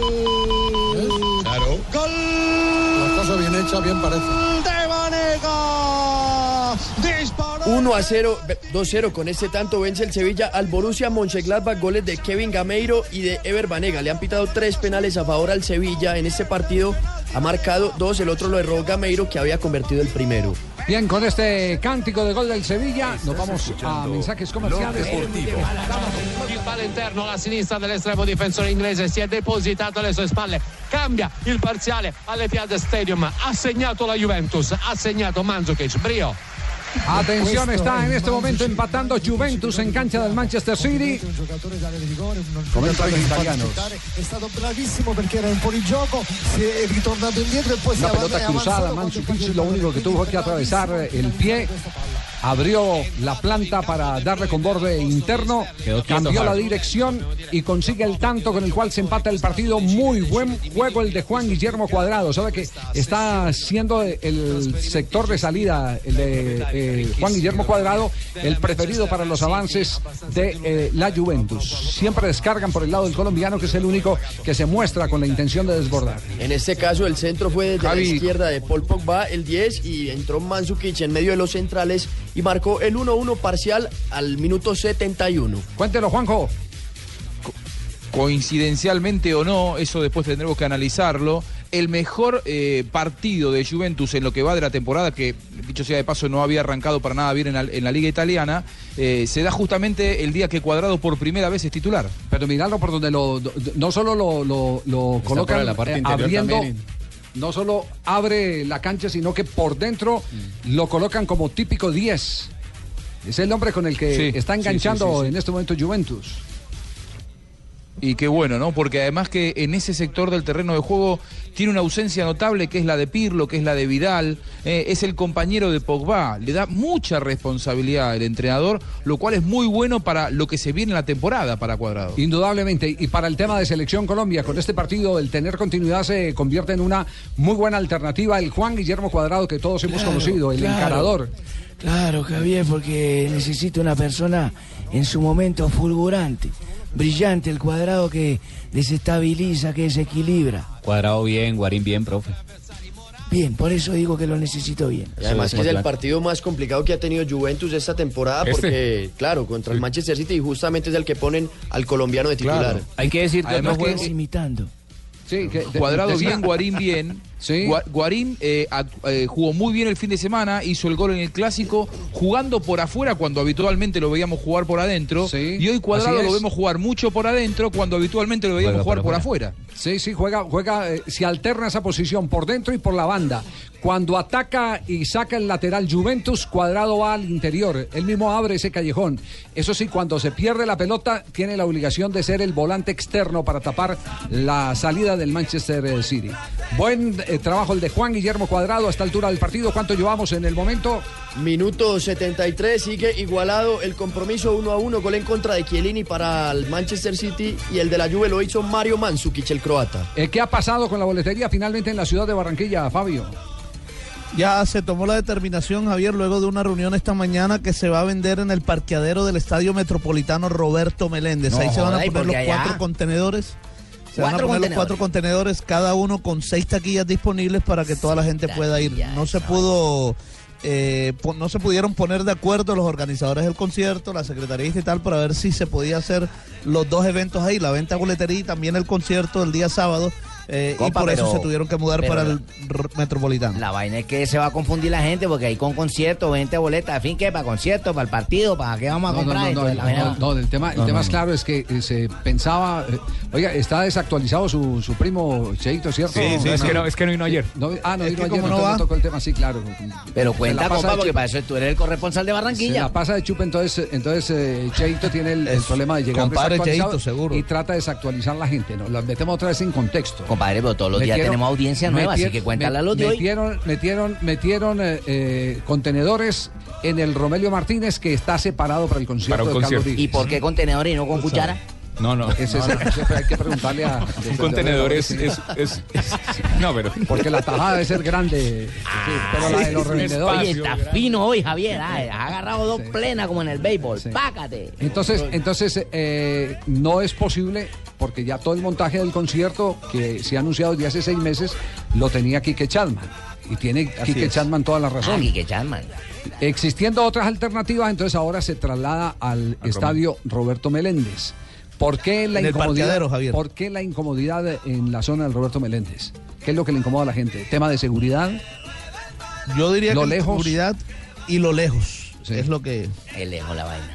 [SPEAKER 3] gol. Claro. Gol. La cosa bien hecha, bien parece. De Vanega. Dispara.
[SPEAKER 7] 1 a 0, ve- 2-0 con este tanto vence el Sevilla al Borussia Mönchengladbach, goles de Kevin Gameiro y de Ever Banega. Le han pitado tres penales a favor al Sevilla en este partido. Ha marcado dos, el otro lo erró Gameiro que había convertido el primero.
[SPEAKER 4] Bien, con este cántico de gol del Sevilla, nos vamos a mensajes comerciales.
[SPEAKER 6] Il palo interno alla sinistra dell'estremo difensore inglese si è depositato alle sue spalle. Cambia il parziale all'Etihad Stadium. Ha segnato la Juventus, ha segnato Mandzukic. Brio.
[SPEAKER 4] Atención, está en este momento empatando Juventus en cancha del Manchester City. Commentano gli italiani.
[SPEAKER 21] È stato bravissimo perché era in fuorigioco, si è ritornato indietro e poi si
[SPEAKER 4] Una
[SPEAKER 21] è av-
[SPEAKER 4] pelota
[SPEAKER 21] è avanzato
[SPEAKER 4] cruzada,
[SPEAKER 21] quando
[SPEAKER 4] Manchu lo único que tuvo que atravesar el pie. Abrió la planta para darle con borde interno,
[SPEAKER 8] Quedó quieto,
[SPEAKER 4] cambió la
[SPEAKER 8] Javi.
[SPEAKER 4] dirección y consigue el tanto con el cual se empata el partido. Muy buen juego el de Juan Guillermo Cuadrado. Sabe que está siendo el sector de salida el de eh, Juan Guillermo Cuadrado el preferido para los avances de eh, la Juventus. Siempre descargan por el lado del colombiano, que es el único que se muestra con la intención de desbordar.
[SPEAKER 7] En este caso el centro fue desde
[SPEAKER 4] Javi.
[SPEAKER 7] la izquierda de Paul Pogba, el 10, y entró Mandzukic en medio de los centrales y marcó el 1-1 parcial al minuto 71.
[SPEAKER 4] Cuéntelo, Juanjo.
[SPEAKER 22] coincidencialmente o no, eso después tendremos que analizarlo. El mejor eh, partido de Juventus en lo que va de la temporada, que dicho sea de paso no había arrancado para nada bien en la, en la liga italiana, eh, se da justamente el día que Cuadrado por primera vez es titular.
[SPEAKER 4] Pero mirarlo por donde lo, no solo lo, lo, lo colocan
[SPEAKER 22] por la parte
[SPEAKER 4] eh,
[SPEAKER 22] interior
[SPEAKER 4] abriendo,
[SPEAKER 22] también.
[SPEAKER 4] no solo abre la cancha, sino que por dentro
[SPEAKER 22] Mm.
[SPEAKER 4] lo colocan como típico 10. Es el hombre con el que
[SPEAKER 22] Sí,
[SPEAKER 4] está
[SPEAKER 22] sí,
[SPEAKER 4] enganchando
[SPEAKER 22] sí, sí, sí.
[SPEAKER 4] en este momento Juventus.
[SPEAKER 22] Y qué bueno, ¿no? Porque además que en ese sector del terreno de juego tiene una ausencia notable que es la de Pirlo, que es la de Vidal, eh, es el compañero de Pogba, le da mucha responsabilidad al entrenador, lo cual es muy bueno para lo que se viene en la temporada para Cuadrado.
[SPEAKER 4] Indudablemente. Y para el tema de Selección Colombia, con este partido, el tener continuidad se convierte en una muy buena alternativa. El Juan Guillermo Cuadrado que todos hemos
[SPEAKER 2] Claro,
[SPEAKER 4] conocido, el
[SPEAKER 2] claro.
[SPEAKER 4] encarador.
[SPEAKER 2] Claro, Javier, porque necesito una persona en su momento fulgurante, brillante, el cuadrado que desestabiliza, que desequilibra.
[SPEAKER 8] Cuadrado bien, Guarín bien, profe.
[SPEAKER 2] Bien, por eso digo que lo necesito bien.
[SPEAKER 7] Y además que es el
[SPEAKER 2] partido.
[SPEAKER 7] partido más complicado que ha tenido Juventus esta temporada
[SPEAKER 2] Este.
[SPEAKER 7] porque, claro, contra el Manchester City y justamente es el que ponen al colombiano de titular.
[SPEAKER 22] Claro. Hay que decir que Además otro que juego- es
[SPEAKER 2] imitando.
[SPEAKER 4] Sí, que- de-
[SPEAKER 22] Cuadrado
[SPEAKER 4] decía-
[SPEAKER 22] bien, Guarín bien.
[SPEAKER 4] Sí.
[SPEAKER 22] Gua- Guarín eh, act- eh, jugó muy bien el fin de semana, hizo el gol en el clásico, jugando por afuera cuando habitualmente lo veíamos jugar por adentro. y hoy Cuadrado
[SPEAKER 4] así
[SPEAKER 22] lo
[SPEAKER 4] es.
[SPEAKER 22] vemos jugar mucho por adentro cuando habitualmente lo veíamos jugar por afuera.
[SPEAKER 4] Sí, sí, juega, juega, eh, se alterna esa posición por dentro y por la banda. Cuando ataca y saca el lateral Juventus, Cuadrado va al interior. Él mismo abre ese callejón. Eso sí, cuando se pierde la pelota, tiene la obligación de ser el volante externo para tapar la salida del Manchester eh, City. Buen eh, trabajo el de Juan Guillermo Cuadrado a esta altura del partido. ¿Cuánto llevamos en el momento?
[SPEAKER 7] Minuto 73, sigue igualado el compromiso 1 a 1, gol en contra de Chiellini para el Manchester City y el de la Juve lo hizo Mario Mandzukic, el croata.
[SPEAKER 4] Eh, ¿Qué ha pasado con la boletería finalmente en la ciudad de Barranquilla, Fabio?
[SPEAKER 20] Ya se tomó la determinación, Javier, luego de una reunión esta mañana que se va a vender en el parqueadero del Estadio Metropolitano Roberto Meléndez.
[SPEAKER 9] No
[SPEAKER 20] Ahí se van
[SPEAKER 9] joda,
[SPEAKER 20] a
[SPEAKER 9] ¿y por
[SPEAKER 20] poner los
[SPEAKER 9] qué allá?
[SPEAKER 20] cuatro contenedores. Se van a
[SPEAKER 9] Cuatro
[SPEAKER 20] poner los cuatro contenedores, cada uno con seis taquillas disponibles para que toda la gente pueda ir. No se pudo, eh, po- no se pudieron poner de acuerdo los organizadores del concierto, la secretaría y tal, para ver si se podía hacer los dos eventos ahí, la venta de boletería y también el concierto el día sábado. eh,
[SPEAKER 9] Compa,
[SPEAKER 20] y por eso
[SPEAKER 9] pero-
[SPEAKER 20] se tuvieron que mudar
[SPEAKER 9] pero-
[SPEAKER 20] para el r- metropolitano.
[SPEAKER 9] La vaina es que se va a confundir la gente porque ahí con concierto, 20 boletas, ¿a fin que para concierto, para el partido, para qué vamos a
[SPEAKER 4] No, no,
[SPEAKER 9] comprar.
[SPEAKER 4] no, no,
[SPEAKER 9] Entonces, la vaina
[SPEAKER 4] no,
[SPEAKER 9] va-
[SPEAKER 4] no, el tema, el
[SPEAKER 9] No,
[SPEAKER 4] tema
[SPEAKER 9] no,
[SPEAKER 4] es
[SPEAKER 9] no.
[SPEAKER 4] claro, es que eh, se pensaba, eh, oiga, está desactualizado su, su primo Cheito, ¿cierto?
[SPEAKER 11] Sí, sí, es que no- es que no vino ayer.
[SPEAKER 4] ah, no
[SPEAKER 11] Es
[SPEAKER 4] vino
[SPEAKER 11] que
[SPEAKER 4] ayer,
[SPEAKER 11] como no
[SPEAKER 4] entonces
[SPEAKER 11] va.
[SPEAKER 4] no tocó el tema, sí, claro.
[SPEAKER 9] Pero
[SPEAKER 4] Se
[SPEAKER 9] cuenta,
[SPEAKER 4] la pasa
[SPEAKER 9] compa,
[SPEAKER 4] de
[SPEAKER 9] porque
[SPEAKER 4] chupe.
[SPEAKER 9] para eso tú eres el corresponsal de
[SPEAKER 4] Se
[SPEAKER 9] Barranquilla.
[SPEAKER 4] la pasa de chupe, entonces, entonces eh, Cheito tiene el, el problema de llegar
[SPEAKER 9] compadre
[SPEAKER 4] desactualizado
[SPEAKER 9] Cheito, seguro.
[SPEAKER 4] y trata de desactualizar la gente, ¿no? La metemos otra vez en contexto.
[SPEAKER 9] Compadre, pero todos los días
[SPEAKER 4] Metieron-
[SPEAKER 9] tenemos audiencia nueva, así
[SPEAKER 4] metieron-
[SPEAKER 9] que cuéntala a los de hoy.
[SPEAKER 4] metieron, metieron, metieron eh, eh, contenedores en el Romelio Martínez que está separado para el concierto
[SPEAKER 11] Para un
[SPEAKER 4] de Carlos
[SPEAKER 11] concierto.
[SPEAKER 4] Vives.
[SPEAKER 11] ¿Y por
[SPEAKER 9] qué contenedores y no con cuchara?
[SPEAKER 11] No, no.
[SPEAKER 4] Ese es el concepto, hay que preguntarle a...
[SPEAKER 11] Un contenedor es, es, es- es- No, pero.
[SPEAKER 4] Porque la tajada debe ser grande. Sí, pero la de los revendedores.
[SPEAKER 9] Oye, está fino hoy, Javier. Ah, ay, ha agarrado dos plenas como en el béisbol. Pácate.
[SPEAKER 4] Entonces, entonces eh, no es posible porque ya todo el montaje del concierto que se ha anunciado desde hace seis meses lo tenía Quique Chadman. Y tiene
[SPEAKER 9] Así
[SPEAKER 4] Quique
[SPEAKER 9] es.
[SPEAKER 4] Chadman toda la razón.
[SPEAKER 9] Ah, Quique Chadman.
[SPEAKER 4] Existiendo otras alternativas, entonces ahora se traslada al estadio Roberto Meléndez. ¿Por qué la
[SPEAKER 20] En el
[SPEAKER 4] incomodidad?
[SPEAKER 20] parqueadero, Javier.
[SPEAKER 4] ¿Por qué la incomodidad en la zona del Roberto Meléndez? ¿Qué es lo que le incomoda a la gente? ¿Tema de seguridad?
[SPEAKER 20] Yo diría
[SPEAKER 4] Lo
[SPEAKER 20] que
[SPEAKER 4] lejos.
[SPEAKER 20] seguridad y lo lejos. Es lo que.
[SPEAKER 9] El lejos la vaina.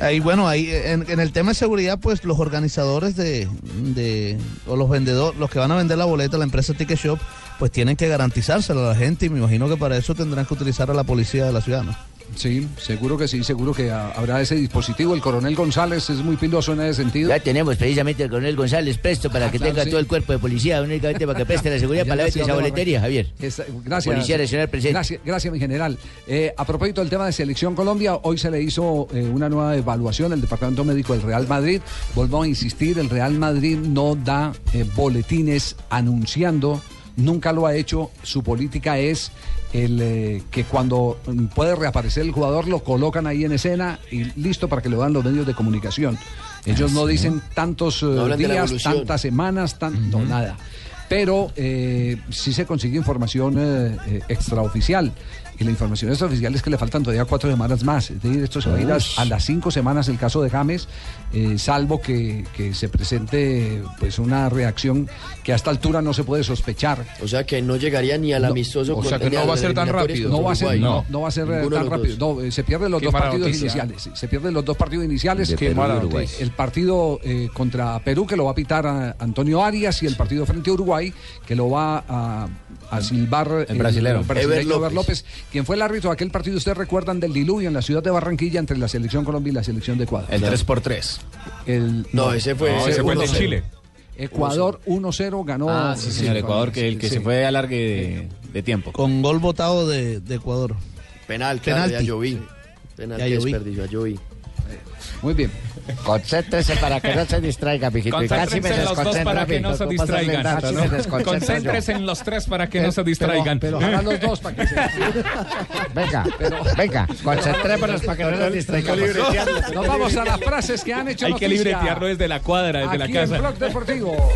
[SPEAKER 20] Ahí, bueno, ahí en, en el tema de seguridad, pues los organizadores de, de- o los vendedores, los que van a vender la boleta, la empresa Ticket Shop, pues tienen que garantizársela a la gente y me imagino que para eso tendrán que utilizar a la policía de la ciudad, ¿no?
[SPEAKER 4] Sí, seguro que sí, seguro que ah, habrá ese dispositivo. El coronel González es muy piloso en ese sentido.
[SPEAKER 9] Ya tenemos precisamente al coronel González presto para que
[SPEAKER 4] claro,
[SPEAKER 9] tenga
[SPEAKER 4] sí.
[SPEAKER 9] todo el cuerpo de policía, únicamente para que preste la seguridad
[SPEAKER 4] Ya
[SPEAKER 9] para la
[SPEAKER 4] la
[SPEAKER 9] venta de esa
[SPEAKER 4] ciudad de
[SPEAKER 9] boletería, Javier.
[SPEAKER 4] Esa- gracias.
[SPEAKER 9] Policía Nacional presente.
[SPEAKER 4] Gracias, gracias, mi general. Eh, a propósito del tema de Selección Colombia, hoy se le hizo eh, una nueva evaluación al Departamento Médico del Real Madrid. Volvamos a insistir, el Real Madrid no da eh, boletines anunciando, nunca lo ha hecho. Su política es el eh, que cuando mm, puede reaparecer el jugador lo colocan ahí en escena y listo para que lo dan los medios de comunicación. Ellos
[SPEAKER 9] Ah,
[SPEAKER 4] no
[SPEAKER 9] sí.
[SPEAKER 4] dicen tantos eh,
[SPEAKER 9] No hablan de la
[SPEAKER 4] días,
[SPEAKER 9] evolución.
[SPEAKER 4] tantas semanas, tan, no, nada. Pero eh, sí se consigue información eh, eh, extraoficial. Y la información extraoficial es que le faltan todavía cuatro semanas más. Es decir, esto se va a ir a, a las cinco semanas el caso de James, eh, salvo que, que se presente pues una reacción que a esta altura no se puede sospechar.
[SPEAKER 7] O sea que no llegaría ni al amistoso.
[SPEAKER 4] O sea
[SPEAKER 7] con-
[SPEAKER 4] que
[SPEAKER 7] ni
[SPEAKER 4] no
[SPEAKER 7] al
[SPEAKER 4] va a ser tan
[SPEAKER 7] eliminatorias
[SPEAKER 4] rápido.
[SPEAKER 7] contra
[SPEAKER 4] No va a ser,
[SPEAKER 7] Uruguay.
[SPEAKER 4] no, no va a ser eh,
[SPEAKER 7] Ninguno de
[SPEAKER 4] tan
[SPEAKER 7] los dos.
[SPEAKER 4] rápido. No, eh, se pierden los
[SPEAKER 7] Qué
[SPEAKER 4] dos
[SPEAKER 7] mala
[SPEAKER 4] partidos
[SPEAKER 7] noticia.
[SPEAKER 4] iniciales. sí, Se pierden los dos partidos iniciales.
[SPEAKER 11] De Qué Perú y mala Uruguay. noticia.
[SPEAKER 4] El partido eh, contra Perú que lo va a pitar a Antonio Arias y el partido frente a Uruguay que lo va a, a silbar eh, el
[SPEAKER 23] brasilero. Ever López.
[SPEAKER 4] Ever López, quien fue el árbitro de aquel partido, ustedes recuerdan, del diluvio en la ciudad de Barranquilla entre la selección Colombia y la selección de Ecuador.
[SPEAKER 23] El 3x3.
[SPEAKER 4] El,
[SPEAKER 23] No, ese fue- ese fue el de
[SPEAKER 4] 1-0.
[SPEAKER 23] Chile.
[SPEAKER 4] Ecuador 1-0 ganó.
[SPEAKER 8] Ah, sí, señor Ecuador, que el que
[SPEAKER 4] Oh, Sí.
[SPEAKER 8] se fue a largue de, de tiempo.
[SPEAKER 20] Con gol votado de, de Ecuador.
[SPEAKER 7] Penal, claro,
[SPEAKER 20] Penalti.
[SPEAKER 7] ya yo vi. Penal
[SPEAKER 20] Ya
[SPEAKER 7] que
[SPEAKER 20] yo vi.
[SPEAKER 7] desperdicio, ya yo vi.
[SPEAKER 4] Eh, Muy bien.
[SPEAKER 9] Concéntrese para que no se distraiga, mijito. Y casi me
[SPEAKER 11] Concéntrense en los
[SPEAKER 9] desconcentra
[SPEAKER 11] dos para
[SPEAKER 9] a
[SPEAKER 11] que
[SPEAKER 9] mí,
[SPEAKER 11] no se
[SPEAKER 9] por pasarme el
[SPEAKER 11] distraigan.
[SPEAKER 9] rato, ¿no?
[SPEAKER 11] Concéntrense en los tres para que no se
[SPEAKER 9] Pero-
[SPEAKER 11] distraigan.
[SPEAKER 9] pero ojalá los
[SPEAKER 4] dos para que se
[SPEAKER 9] Venga, venga, concentrémonos para que no nos distraigamos.
[SPEAKER 4] Nos vamos a las frases que han hecho
[SPEAKER 11] Hay que
[SPEAKER 4] noticia.
[SPEAKER 11] libretearlo desde la cuadra, desde la
[SPEAKER 4] Aquí
[SPEAKER 11] casa.
[SPEAKER 4] en Blog Deportivo.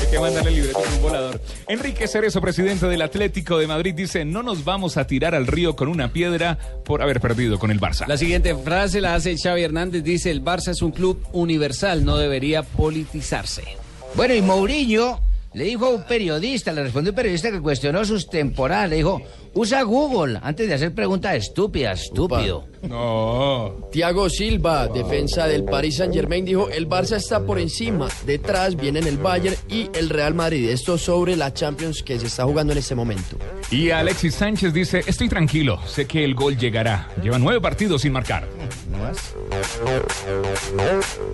[SPEAKER 11] Hay que mandarle el libreto con un volador. Enrique Cerezo, presidente del Atlético de Madrid, dice: No nos vamos a tirar al río con una piedra por haber perdido con el Barça.
[SPEAKER 8] La siguiente frase la hace Xavi Hernández, dice, el Barça es un club universal, no debería politizarse.
[SPEAKER 9] Bueno, y Mourinho Le dijo a un periodista, le respondió un periodista que cuestionó sus temporadas. Le dijo, usa Google antes de hacer preguntas estúpidas, estúpido.
[SPEAKER 7] No. Thiago Silva, defensa del Paris Saint Germain, dijo: el Barça está por encima. Detrás vienen el Bayern y el Real Madrid. Esto sobre la Champions que se está jugando en este momento.
[SPEAKER 11] Y Alexis Sánchez dice, estoy tranquilo, sé que el gol llegará. Lleva nueve partidos sin marcar.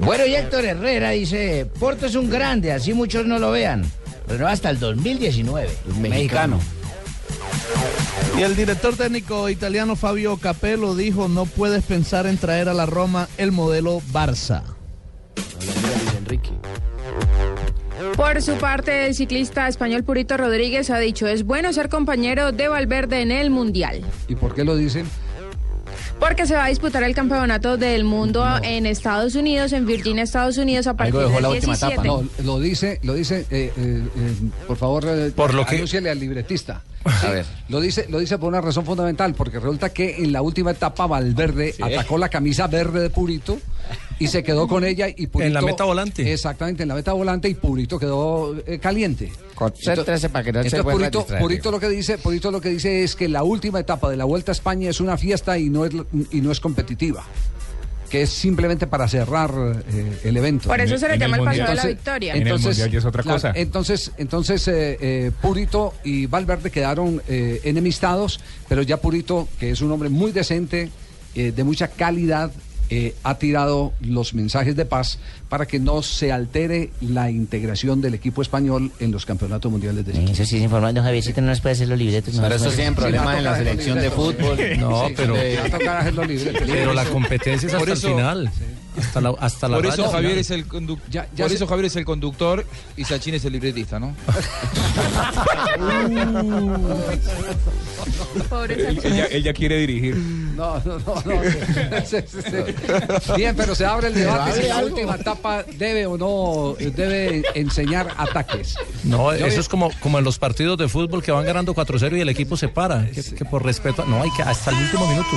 [SPEAKER 9] Bueno, y Héctor Herrera dice, Porto es un grande, así muchos no lo vean. Pero hasta el 2019. Mexicano.
[SPEAKER 12] Y el director técnico italiano Fabio Capello dijo, no puedes pensar en traer a la Roma el modelo Barça.
[SPEAKER 13] Por su parte, el ciclista español Purito Rodríguez ha dicho, es bueno ser compañero de Valverde en el Mundial.
[SPEAKER 4] ¿Y por qué lo dicen?
[SPEAKER 13] Porque se va a disputar el campeonato del mundo en Estados Unidos, en Virginia, Estados Unidos, a partir del 17.
[SPEAKER 4] No, lo dice, lo dice, eh, eh, eh, por favor, eh,
[SPEAKER 16] Por lo que-
[SPEAKER 4] anúnciele al libretista. A ver. Lo dice, lo dice por una razón fundamental, porque resulta que en la última etapa Valverde atacó la camisa verde de Purito y se quedó con ella y Purito...
[SPEAKER 24] En la meta
[SPEAKER 4] volante. Exactamente, en la meta volante y Purito quedó eh, caliente.
[SPEAKER 10] Concéntrese para que no se
[SPEAKER 4] Entonces,
[SPEAKER 10] vuelva a
[SPEAKER 4] Purito,
[SPEAKER 10] distraer.
[SPEAKER 4] Purito lo que dice, Purito lo que dice es que la última etapa de la Vuelta a España es una fiesta y no es y no es competitiva, que es simplemente para cerrar eh, el evento.
[SPEAKER 13] Por eso se le En el- llama en el el paseo de la victoria. En el Mundial
[SPEAKER 11] ya es otra cosa.
[SPEAKER 4] Entonces, entonces eh, eh, Purito y Valverde quedaron eh, enemistados, pero ya Purito, que es un hombre muy decente, eh, de mucha calidad. eh, ha tirado los mensajes de paz para que no se altere la integración del equipo español en los campeonatos mundiales de ciclismo.
[SPEAKER 9] Eso sí, informando Javiercito, no nos puede hacer los libretos. no
[SPEAKER 4] Pero
[SPEAKER 9] nos
[SPEAKER 4] eso
[SPEAKER 9] puede-
[SPEAKER 4] tienen problemas en la selección de fútbol.
[SPEAKER 24] No, pero, pero la competencia es
[SPEAKER 22] Por
[SPEAKER 24] hasta
[SPEAKER 22] eso-
[SPEAKER 24] el final. Hasta la, hasta la
[SPEAKER 22] Por eso
[SPEAKER 24] raya
[SPEAKER 22] Javier
[SPEAKER 24] final.
[SPEAKER 22] es el conduc-
[SPEAKER 4] Ya- ya
[SPEAKER 22] por
[SPEAKER 4] se-
[SPEAKER 22] eso Javier es el conductor y Sachin es el libretista, ¿no?
[SPEAKER 11] Él, él ya, él ya quiere dirigir.
[SPEAKER 4] No, no, no, no. Sí, sí, sí. Bien, pero se abre el debate si
[SPEAKER 24] Pero
[SPEAKER 4] la
[SPEAKER 24] abre
[SPEAKER 4] última etapa debe o no eh, debe enseñar ataques.
[SPEAKER 24] No,
[SPEAKER 4] Yo
[SPEAKER 24] eso
[SPEAKER 4] vi-
[SPEAKER 24] es como, como en los partidos de fútbol que van ganando 4-0 y el equipo se para. Que, que por respeto. a- No, hay que hasta el último minuto.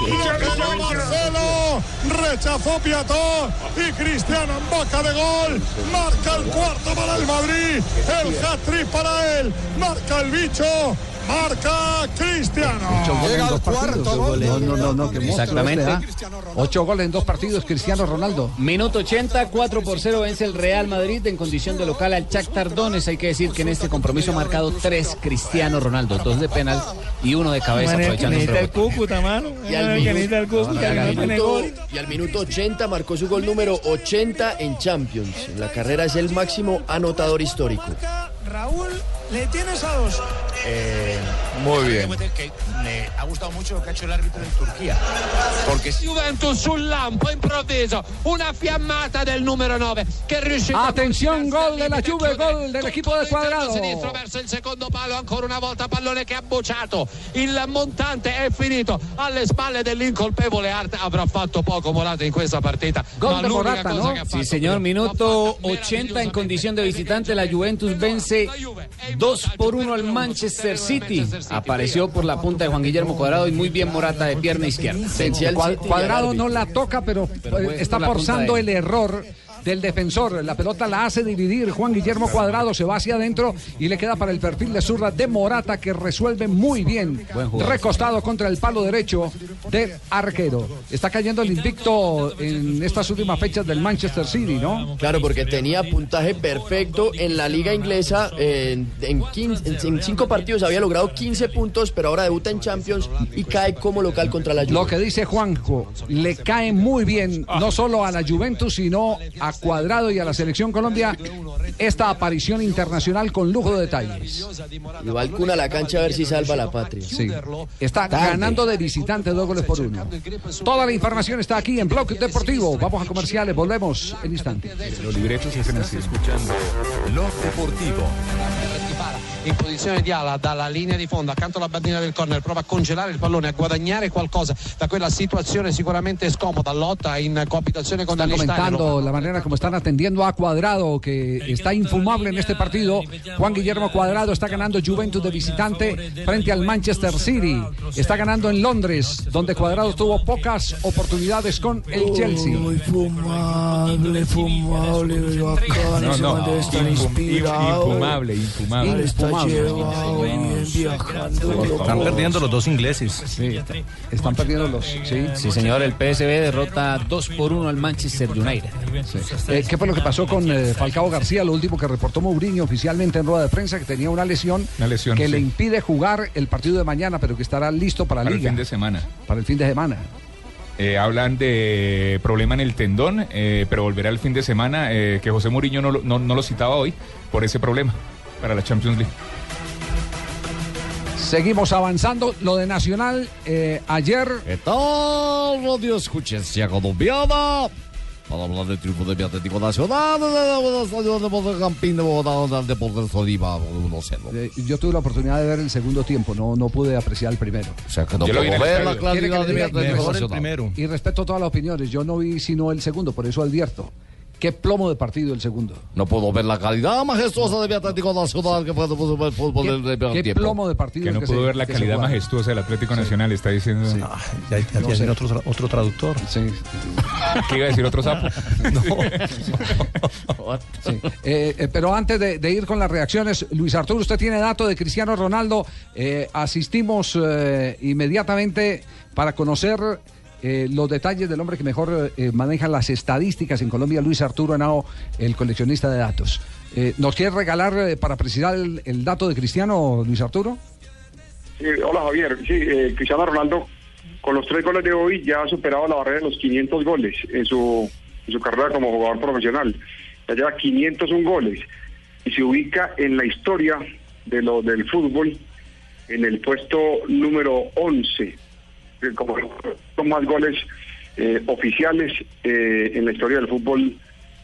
[SPEAKER 3] Pero Marcelo rechazó Piató y Cristiano en boca de gol. Marca el cuarto para el Madrid. El hat-trick para él. Marca el bicho. Marca Cristiano.
[SPEAKER 4] Llega al cuarto gol. No, no, no, no, qué monstruo
[SPEAKER 8] Exactamente.
[SPEAKER 4] este, ¿ah? Ocho goles en dos partidos, Cristiano Ronaldo.
[SPEAKER 8] Minuto 80, 4 por 0 vence el Real Madrid en condición de local al Shakhtar Donetsk. Hay que decir que en este compromiso ha marcado tres Cristiano Ronaldo, dos de penal y uno de cabeza
[SPEAKER 7] Manera que
[SPEAKER 8] aprovechando un
[SPEAKER 7] necesita el
[SPEAKER 8] rebote.
[SPEAKER 7] Y al,
[SPEAKER 8] Ay, que necesita el
[SPEAKER 7] minuto,
[SPEAKER 8] Cúcuta,
[SPEAKER 7] y,
[SPEAKER 8] que no
[SPEAKER 7] al
[SPEAKER 8] tiene
[SPEAKER 7] minuto-
[SPEAKER 8] gol.
[SPEAKER 7] y al minuto 80 marcó su gol número 80 en Champions. En la carrera es el máximo anotador histórico.
[SPEAKER 1] Raúl, le tienes a dos.
[SPEAKER 18] Eh, Muy bien.
[SPEAKER 19] Que me ha gustado mucho lo que ha hecho el árbitro en Turquía.
[SPEAKER 6] Perché Juventus sul lampo improvviso, una fiammata del numero 9 che riuscì
[SPEAKER 4] Atención, gol de la Juve, gol del equipo de Cuadrado.
[SPEAKER 6] sinistro verso il secondo palo ancora una volta pallone che ha bocciato il montante è finito alle spalle dell'incolpevole Art avrà fatto poco Morata in questa partita ma l'unica cosa che ha fatto
[SPEAKER 8] Sí, señor. Minuto 80 en condición de visitante. La Juventus vence 2 por 1 al Manchester City. Apareció por la punta de Juan Guillermo Cuadrado y muy bien Morata de pierna izquierda.
[SPEAKER 4] Cua- cuadrado no la toca, pero, eh,
[SPEAKER 8] fue
[SPEAKER 4] está
[SPEAKER 8] por la punta
[SPEAKER 4] forzando
[SPEAKER 8] de
[SPEAKER 4] el error del defensor. La pelota la hace dividir. Juan Guillermo Cuadrado se va hacia adentro y le queda para el perfil de zurda de Morata que resuelve muy bien.
[SPEAKER 8] jugador.
[SPEAKER 4] Recostado contra el palo derecho del arquero. Está cayendo el invicto en estas últimas fechas del Manchester City, ¿no?
[SPEAKER 7] Claro, porque tenía puntaje perfecto en la liga inglesa. eh, En, en, 15 en- en cinco partidos había logrado 15 puntos, pero ahora debuta en Champions y cae como local contra la Juve.
[SPEAKER 4] Lo que dice Juanjo, le cae muy bien, no solo a la Juventus, sino a Cuadrado y a la Selección Colombia, esta aparición internacional con lujo de detalles.
[SPEAKER 7] Y va al Kun a la cancha a ver si salva la patria.
[SPEAKER 4] Sí. Está ganando de visitante dos goles por uno. Toda la información está aquí en Blog Deportivo. Vamos a comerciales, volvemos en instante.
[SPEAKER 11] Los libretos se hacen así.
[SPEAKER 6] Dybala, in posizione di ala dalla linea di fondo accanto alla bandina del corner prova a congelare il pallone a guadagnare qualcosa da quella situazione sicuramente scomoda lotta in coabitazione con
[SPEAKER 4] Están comentando la manera como están atendiendo a Cuadrado, que está infumable en este partido. Juan Guillermo Cuadrado está ganando Juventus de visitante frente al Manchester City. Está ganando en Londres, donde Cuadrado tuvo pocas oportunidades con el Chelsea. Eh,
[SPEAKER 2] Muy fumable, fumable, bacán.
[SPEAKER 11] No,
[SPEAKER 2] ese
[SPEAKER 11] no,
[SPEAKER 2] man debe estar
[SPEAKER 11] infum-
[SPEAKER 2] inspirado.
[SPEAKER 11] infumable, infumable.
[SPEAKER 2] Debe estar
[SPEAKER 11] Infumable.
[SPEAKER 2] llevado, bien viajando.
[SPEAKER 24] Están perdiendo los dos ingleses. Sí,
[SPEAKER 4] están perdiendo los. Sí,
[SPEAKER 8] sí señor, el PSB derrota 2 por 1 al Manchester United.
[SPEAKER 4] Eh, ¿Qué fue lo que pasó con eh, Falcao García? Lo último que reportó Mourinho oficialmente en rueda de prensa, que tenía una lesión,
[SPEAKER 11] Una lesión,
[SPEAKER 4] que le
[SPEAKER 11] sí.
[SPEAKER 4] impide jugar el partido de mañana, pero que estará listo para,
[SPEAKER 11] Para el
[SPEAKER 4] Liga.
[SPEAKER 11] fin de semana.
[SPEAKER 4] Para el fin de semana.
[SPEAKER 11] Eh, hablan de problema en el tendón, eh, pero volverá el fin de semana, eh, que José Mourinho no, lo- no, no lo citaba hoy por ese problema para la Champions League.
[SPEAKER 4] Seguimos avanzando. Lo de Nacional, eh, ayer.
[SPEAKER 16] ¿Qué tal, radio escuchencia colombiana? Para hablar del triunfo de mi Atlético Nacional, de Campín de Bogotá, donde el Deportes Tolima 1-0.
[SPEAKER 4] eh, yo tuve la oportunidad de ver el segundo tiempo, no, no pude apreciar el primero.
[SPEAKER 16] O sea, que no puedo ver la
[SPEAKER 4] ¿Quiere que
[SPEAKER 16] claridad
[SPEAKER 4] le
[SPEAKER 16] de mi
[SPEAKER 4] diga?
[SPEAKER 16] Atlético Nacional.
[SPEAKER 4] Y respeto todas las opiniones, yo no vi sino el segundo, por eso advierto. Qué plomo de partido el segundo.
[SPEAKER 16] No puedo ver la calidad majestuosa de mi Atlético Nacional que puedo puedo ver el fútbol
[SPEAKER 4] ¿Qué-
[SPEAKER 16] del primer
[SPEAKER 4] qué
[SPEAKER 16] tiempo.
[SPEAKER 4] plomo de partido
[SPEAKER 11] Que no
[SPEAKER 4] que
[SPEAKER 11] pudo
[SPEAKER 4] se-
[SPEAKER 11] ver la
[SPEAKER 4] que se
[SPEAKER 11] calidad
[SPEAKER 4] juega.
[SPEAKER 11] majestuosa del Atlético Nacional, está diciendo.
[SPEAKER 16] Ah,
[SPEAKER 24] Ya, ya
[SPEAKER 11] No
[SPEAKER 24] tienen
[SPEAKER 11] sé.
[SPEAKER 24] otro, otro traductor.
[SPEAKER 11] ¿Qué iba a decir otro sapo?
[SPEAKER 4] Sí. Eh, eh, pero antes de, de ir con las reacciones, Luis Arturo, usted tiene dato de Cristiano Ronaldo. Eh, asistimos eh, inmediatamente para conocer eh, los detalles del hombre que mejor eh, maneja las estadísticas en Colombia, Luis Arturo Henao, el coleccionista de datos. Eh, ¿Nos quiere regalar eh, para precisar el, el dato de Cristiano, Luis Arturo?
[SPEAKER 14] Sí, hola Javier, sí, eh, Cristiano Ronaldo con los tres goles de hoy ya ha superado la barrera de los 500 goles en su, en su carrera como jugador profesional. Ya lleva 501 goles y se ubica en la historia de lo del fútbol en el puesto número 11, eh, como con más goles eh, oficiales eh, en la historia del fútbol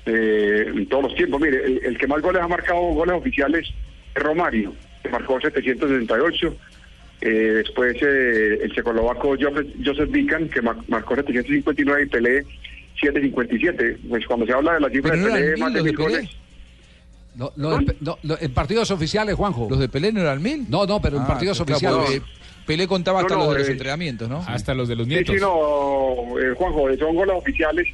[SPEAKER 14] eh, en todos los tiempos. Mire, el, el que más goles ha marcado goles oficiales es Romario, que marcó 768. Eh, después eh, el checoslovaco Joseph Joseph Vican, que mar- marcó 759 y Pelé 757. Pues cuando se habla de la cifra de
[SPEAKER 4] Pero no eran
[SPEAKER 14] Pelé, más
[SPEAKER 4] mil
[SPEAKER 14] de
[SPEAKER 4] los de
[SPEAKER 14] mil
[SPEAKER 4] Pelé.
[SPEAKER 14] goles.
[SPEAKER 4] No, lo de Pe- no, lo- en partidos oficiales, Juanjo. ¿Los de Pelé no eran mil? No, no, pero en
[SPEAKER 22] Ah,
[SPEAKER 4] partidos
[SPEAKER 22] claro,
[SPEAKER 4] oficiales.
[SPEAKER 22] porque Pelé contaba hasta
[SPEAKER 14] No, no,
[SPEAKER 22] los de los
[SPEAKER 14] eh,
[SPEAKER 22] entrenamientos, ¿no?
[SPEAKER 11] Hasta los de los
[SPEAKER 14] Sí, sí, no, eh, Juanjo, son goles oficiales.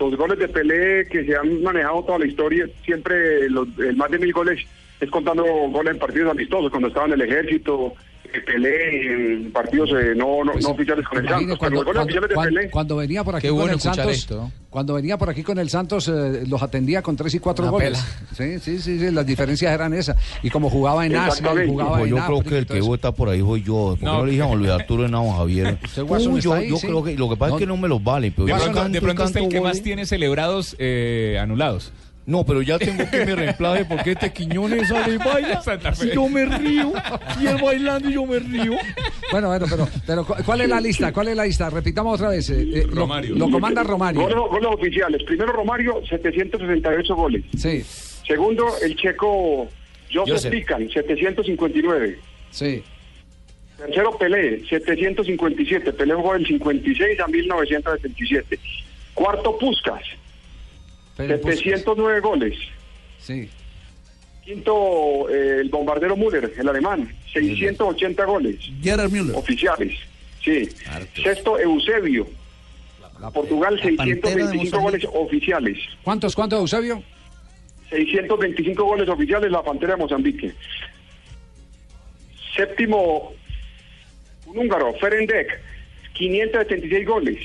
[SPEAKER 14] Los goles de Pelé que se han manejado toda la historia, siempre los, el más de mil goles es contando goles en partidos amistosos, cuando estaba en el ejército, eh, Pelé, en partidos eh, no, no,
[SPEAKER 4] Pues,
[SPEAKER 14] no oficiales con el
[SPEAKER 4] Imagine
[SPEAKER 14] Santos, pero los
[SPEAKER 4] cuando,
[SPEAKER 14] goles
[SPEAKER 4] cuando-
[SPEAKER 14] oficiales de
[SPEAKER 4] cuan-
[SPEAKER 14] Pelé.
[SPEAKER 4] cuando venía por aquí
[SPEAKER 14] Qué
[SPEAKER 4] con
[SPEAKER 14] bueno
[SPEAKER 4] el
[SPEAKER 14] escuchar
[SPEAKER 4] Santos,
[SPEAKER 14] esto, ¿no?
[SPEAKER 4] cuando venía por aquí con el Santos, eh, los atendía con tres y cuatro
[SPEAKER 16] Una
[SPEAKER 4] goles. Sí, sí, sí, sí, las diferencias eran esas. Y como jugaba en Asia, y jugaba
[SPEAKER 16] Pues
[SPEAKER 4] en
[SPEAKER 16] yo creo
[SPEAKER 4] África
[SPEAKER 16] que
[SPEAKER 4] y
[SPEAKER 16] el
[SPEAKER 4] todo
[SPEAKER 16] que
[SPEAKER 4] eso.
[SPEAKER 16] vota por ahí soy yo. ¿Por qué no,
[SPEAKER 4] No.
[SPEAKER 16] le dije a Luis Arturo Henao Javier?
[SPEAKER 4] Ese Watson
[SPEAKER 16] Uy, yo
[SPEAKER 4] está ahí,
[SPEAKER 16] yo
[SPEAKER 4] sí.
[SPEAKER 16] creo que lo que pasa
[SPEAKER 4] No.
[SPEAKER 16] es que no me los vale. Pero
[SPEAKER 11] De
[SPEAKER 16] yo
[SPEAKER 11] pronto,
[SPEAKER 16] canto
[SPEAKER 11] de
[SPEAKER 16] y
[SPEAKER 11] pronto es el
[SPEAKER 16] canto
[SPEAKER 11] que más
[SPEAKER 16] goles.
[SPEAKER 11] tiene celebrados eh, anulados.
[SPEAKER 16] No, pero ya tengo que me reemplace porque este Quiñones sale y baila.
[SPEAKER 11] Santa Fe.
[SPEAKER 16] Si yo me río y él bailando y yo me río.
[SPEAKER 4] Bueno, bueno, pero, pero ¿cu- ¿cuál es la lista? ¿Cuál es la lista? Repitamos otra vez. eh, eh, lo-
[SPEAKER 14] Romario.
[SPEAKER 4] Lo, comanda Romario.
[SPEAKER 14] Goles, goles oficiales. Primero Romario, 768 goles.
[SPEAKER 4] Sí.
[SPEAKER 14] Segundo, el checo Joseph
[SPEAKER 4] Joseph.
[SPEAKER 14] Pican, 759.
[SPEAKER 4] Sí.
[SPEAKER 14] Tercero, Pelé, 757. Pelé jugó del 56 a 1977. Cuarto, Puskas,
[SPEAKER 4] Pero, pues,
[SPEAKER 14] 709 goles.
[SPEAKER 4] sí.
[SPEAKER 14] Quinto, eh, el bombardero Müller, el alemán, 680 goles.
[SPEAKER 12] Gerard Müller.
[SPEAKER 14] Oficiales, sí. Sexto, Eusebio, Portugal,
[SPEAKER 4] pantera de
[SPEAKER 14] 625 goles
[SPEAKER 4] Mozambique.
[SPEAKER 14] oficiales.
[SPEAKER 4] ¿Cuántos, cuántos, Eusebio?
[SPEAKER 14] 625 goles oficiales la Pantera de Mozambique. Séptimo, un húngaro, Ferendek, 576 goles.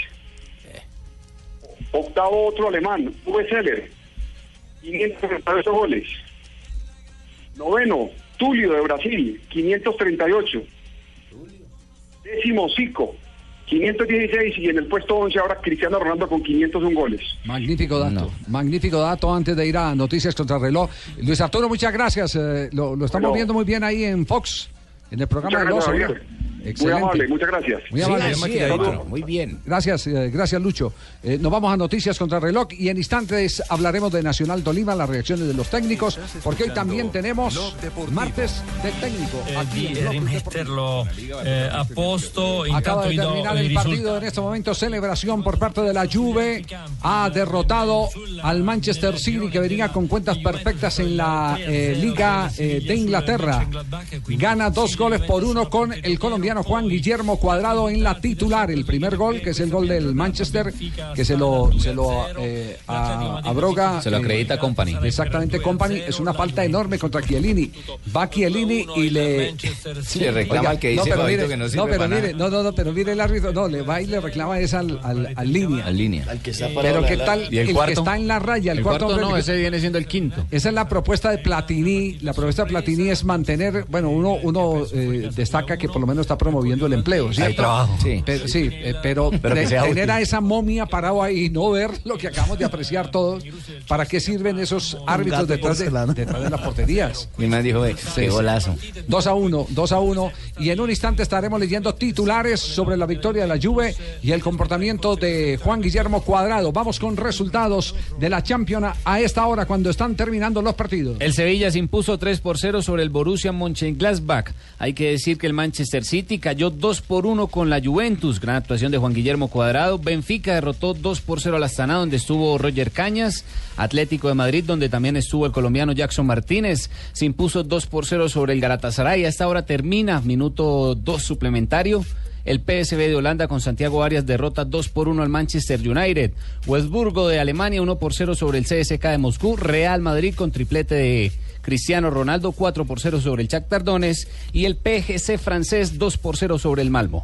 [SPEAKER 14] Octavo, otro alemán, Uwe Seller, 538 goles. Noveno, Tulio de Brasil, 538. Décimo, Zico, 516. Y en el puesto 11 ahora Cristiano Ronaldo con 501 goles.
[SPEAKER 4] Magnífico dato, magnífico dato antes de ir a Noticias contra Reloj. Luis Arturo, muchas gracias. eh, lo, lo estamos
[SPEAKER 14] Bueno.
[SPEAKER 4] viendo muy bien ahí en Fox, en el programa
[SPEAKER 14] Muchas
[SPEAKER 4] de los.
[SPEAKER 14] gracias, Javier. Muy
[SPEAKER 4] Excelente.
[SPEAKER 14] amable, muchas gracias.
[SPEAKER 4] Muy amable.
[SPEAKER 14] Muy
[SPEAKER 4] bien. Gracias, eh, gracias Lucho. Eh, nos vamos a noticias contra reloj y en instantes hablaremos de Nacional Tolima, las reacciones de los técnicos, porque hoy también tenemos martes de técnico. aquí en
[SPEAKER 20] di
[SPEAKER 4] Blog
[SPEAKER 20] eh, rimetterlo eh, a posto.
[SPEAKER 4] Acaba
[SPEAKER 20] Intanto
[SPEAKER 4] de
[SPEAKER 20] vi do
[SPEAKER 4] terminar
[SPEAKER 20] i
[SPEAKER 4] el
[SPEAKER 20] risultati.
[SPEAKER 4] partido en este momento, celebración por parte de la Juve. Ha derrotado al Manchester City que venía con cuentas perfectas en la eh, Liga eh, de Inglaterra. Gana dos goles por uno con el colombiano Juan Guillermo Cuadrado en la titular. El primer gol, que es el gol del Manchester, que se lo, se lo eh, a- abroga.
[SPEAKER 17] Se lo
[SPEAKER 4] eh,
[SPEAKER 17] acredita Company.
[SPEAKER 4] Exactamente, Company. Es una falta enorme contra Chiellini. Va Chiellini y le.
[SPEAKER 17] Sí, le reclama al que dice
[SPEAKER 4] no, pero
[SPEAKER 17] Fabito
[SPEAKER 4] mire,
[SPEAKER 17] que no
[SPEAKER 4] no,
[SPEAKER 17] sirve
[SPEAKER 4] pero
[SPEAKER 17] para
[SPEAKER 4] mire, no, no, no, pero mire el árbitro, no, le va y le reclama es al, al, al línea. Al
[SPEAKER 17] línea.
[SPEAKER 7] que está parado
[SPEAKER 4] Pero
[SPEAKER 7] en la
[SPEAKER 4] qué
[SPEAKER 7] lata.
[SPEAKER 4] tal
[SPEAKER 17] ¿Y el
[SPEAKER 4] el, que
[SPEAKER 17] cuarto?
[SPEAKER 4] está en la raya, el,
[SPEAKER 17] El
[SPEAKER 4] cuarto,
[SPEAKER 17] cuarto no,
[SPEAKER 4] hombre?
[SPEAKER 17] ese
[SPEAKER 4] viene siendo el quinto. Esa es la propuesta de Platini. La propuesta de Platini es mantener, bueno, uno, uno eh, destaca que por lo menos está promoviendo el empleo, ¿cierto?
[SPEAKER 17] Hay trabajo.
[SPEAKER 4] Sí, pero, sí, eh, pero,
[SPEAKER 17] Pero que
[SPEAKER 4] de-
[SPEAKER 17] sea
[SPEAKER 4] tener
[SPEAKER 17] útil.
[SPEAKER 4] a esa momia parado ahí y no ver lo que acabamos de apreciar todos, ¿para qué sirven esos árbitros
[SPEAKER 17] gato
[SPEAKER 4] detrás de-
[SPEAKER 17] porcelana.
[SPEAKER 4] detrás de las porterías?
[SPEAKER 17] Mi man dijo, eh, qué
[SPEAKER 4] sí.
[SPEAKER 17] golazo.
[SPEAKER 4] 2 a 1, 2 a 1. Y en un instante estaremos leyendo titulares sobre la victoria de la Juve y el comportamiento de Juan Guillermo Cuadrado. Vamos con resultados de la Champions a esta hora cuando están terminando los partidos.
[SPEAKER 8] El Sevilla se impuso 3 por 0 sobre el Borussia Mönchengladbach. Hay que decir que el Manchester City cayó 2 por 1 con la Juventus. Gran actuación de Juan Guillermo Cuadrado. Benfica derrotó 2 por 0 al Astana, donde estuvo Roger Cañas. Atlético de Madrid, donde también estuvo el colombiano Jackson Martínez, se impuso 2 por 0 sobre el Galatasaray. A esta hora termina, minuto 2 suplementario. El PSV de Holanda con Santiago Arias derrota 2 por 1 al Manchester United. Westburgo de Alemania 1 por 0 sobre el CSK de Moscú. Real Madrid con triplete de Cristiano Ronaldo 4 por 0 sobre el Shakhtar Donetsk y el PGC francés 2 por 0 sobre el Malmo.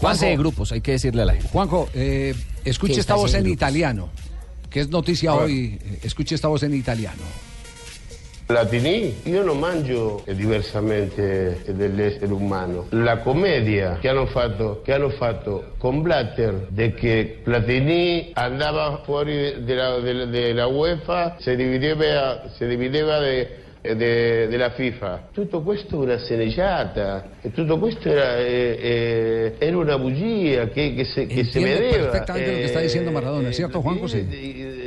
[SPEAKER 8] Fase de grupos, hay que decirle a la gente.
[SPEAKER 4] eh, Juanjo, eh, escuche
[SPEAKER 8] ¿Qué
[SPEAKER 4] esta voz
[SPEAKER 8] fase de
[SPEAKER 4] en
[SPEAKER 8] grupos?
[SPEAKER 4] italiano, que es noticia hoy. Eh, Escuche esta voz en italiano.
[SPEAKER 25] Platini, io non mangio diversamente dell'essere umano. La commedia che hanno fatto, che hanno fatto con Blatter, de che Platini andava fuori della, della- della UEFA, si divideva, si divideva de- de- della FIFA. Tutto questo era sceneggiata, e tutto questo era, eh, eh, era una bugia che, che se, che si
[SPEAKER 4] Entiende
[SPEAKER 25] vedeva.
[SPEAKER 4] perfectamente lo que está
[SPEAKER 25] eh,
[SPEAKER 4] diciendo Maradona, ¿cierto, Juanjo? Sí.
[SPEAKER 25] eh,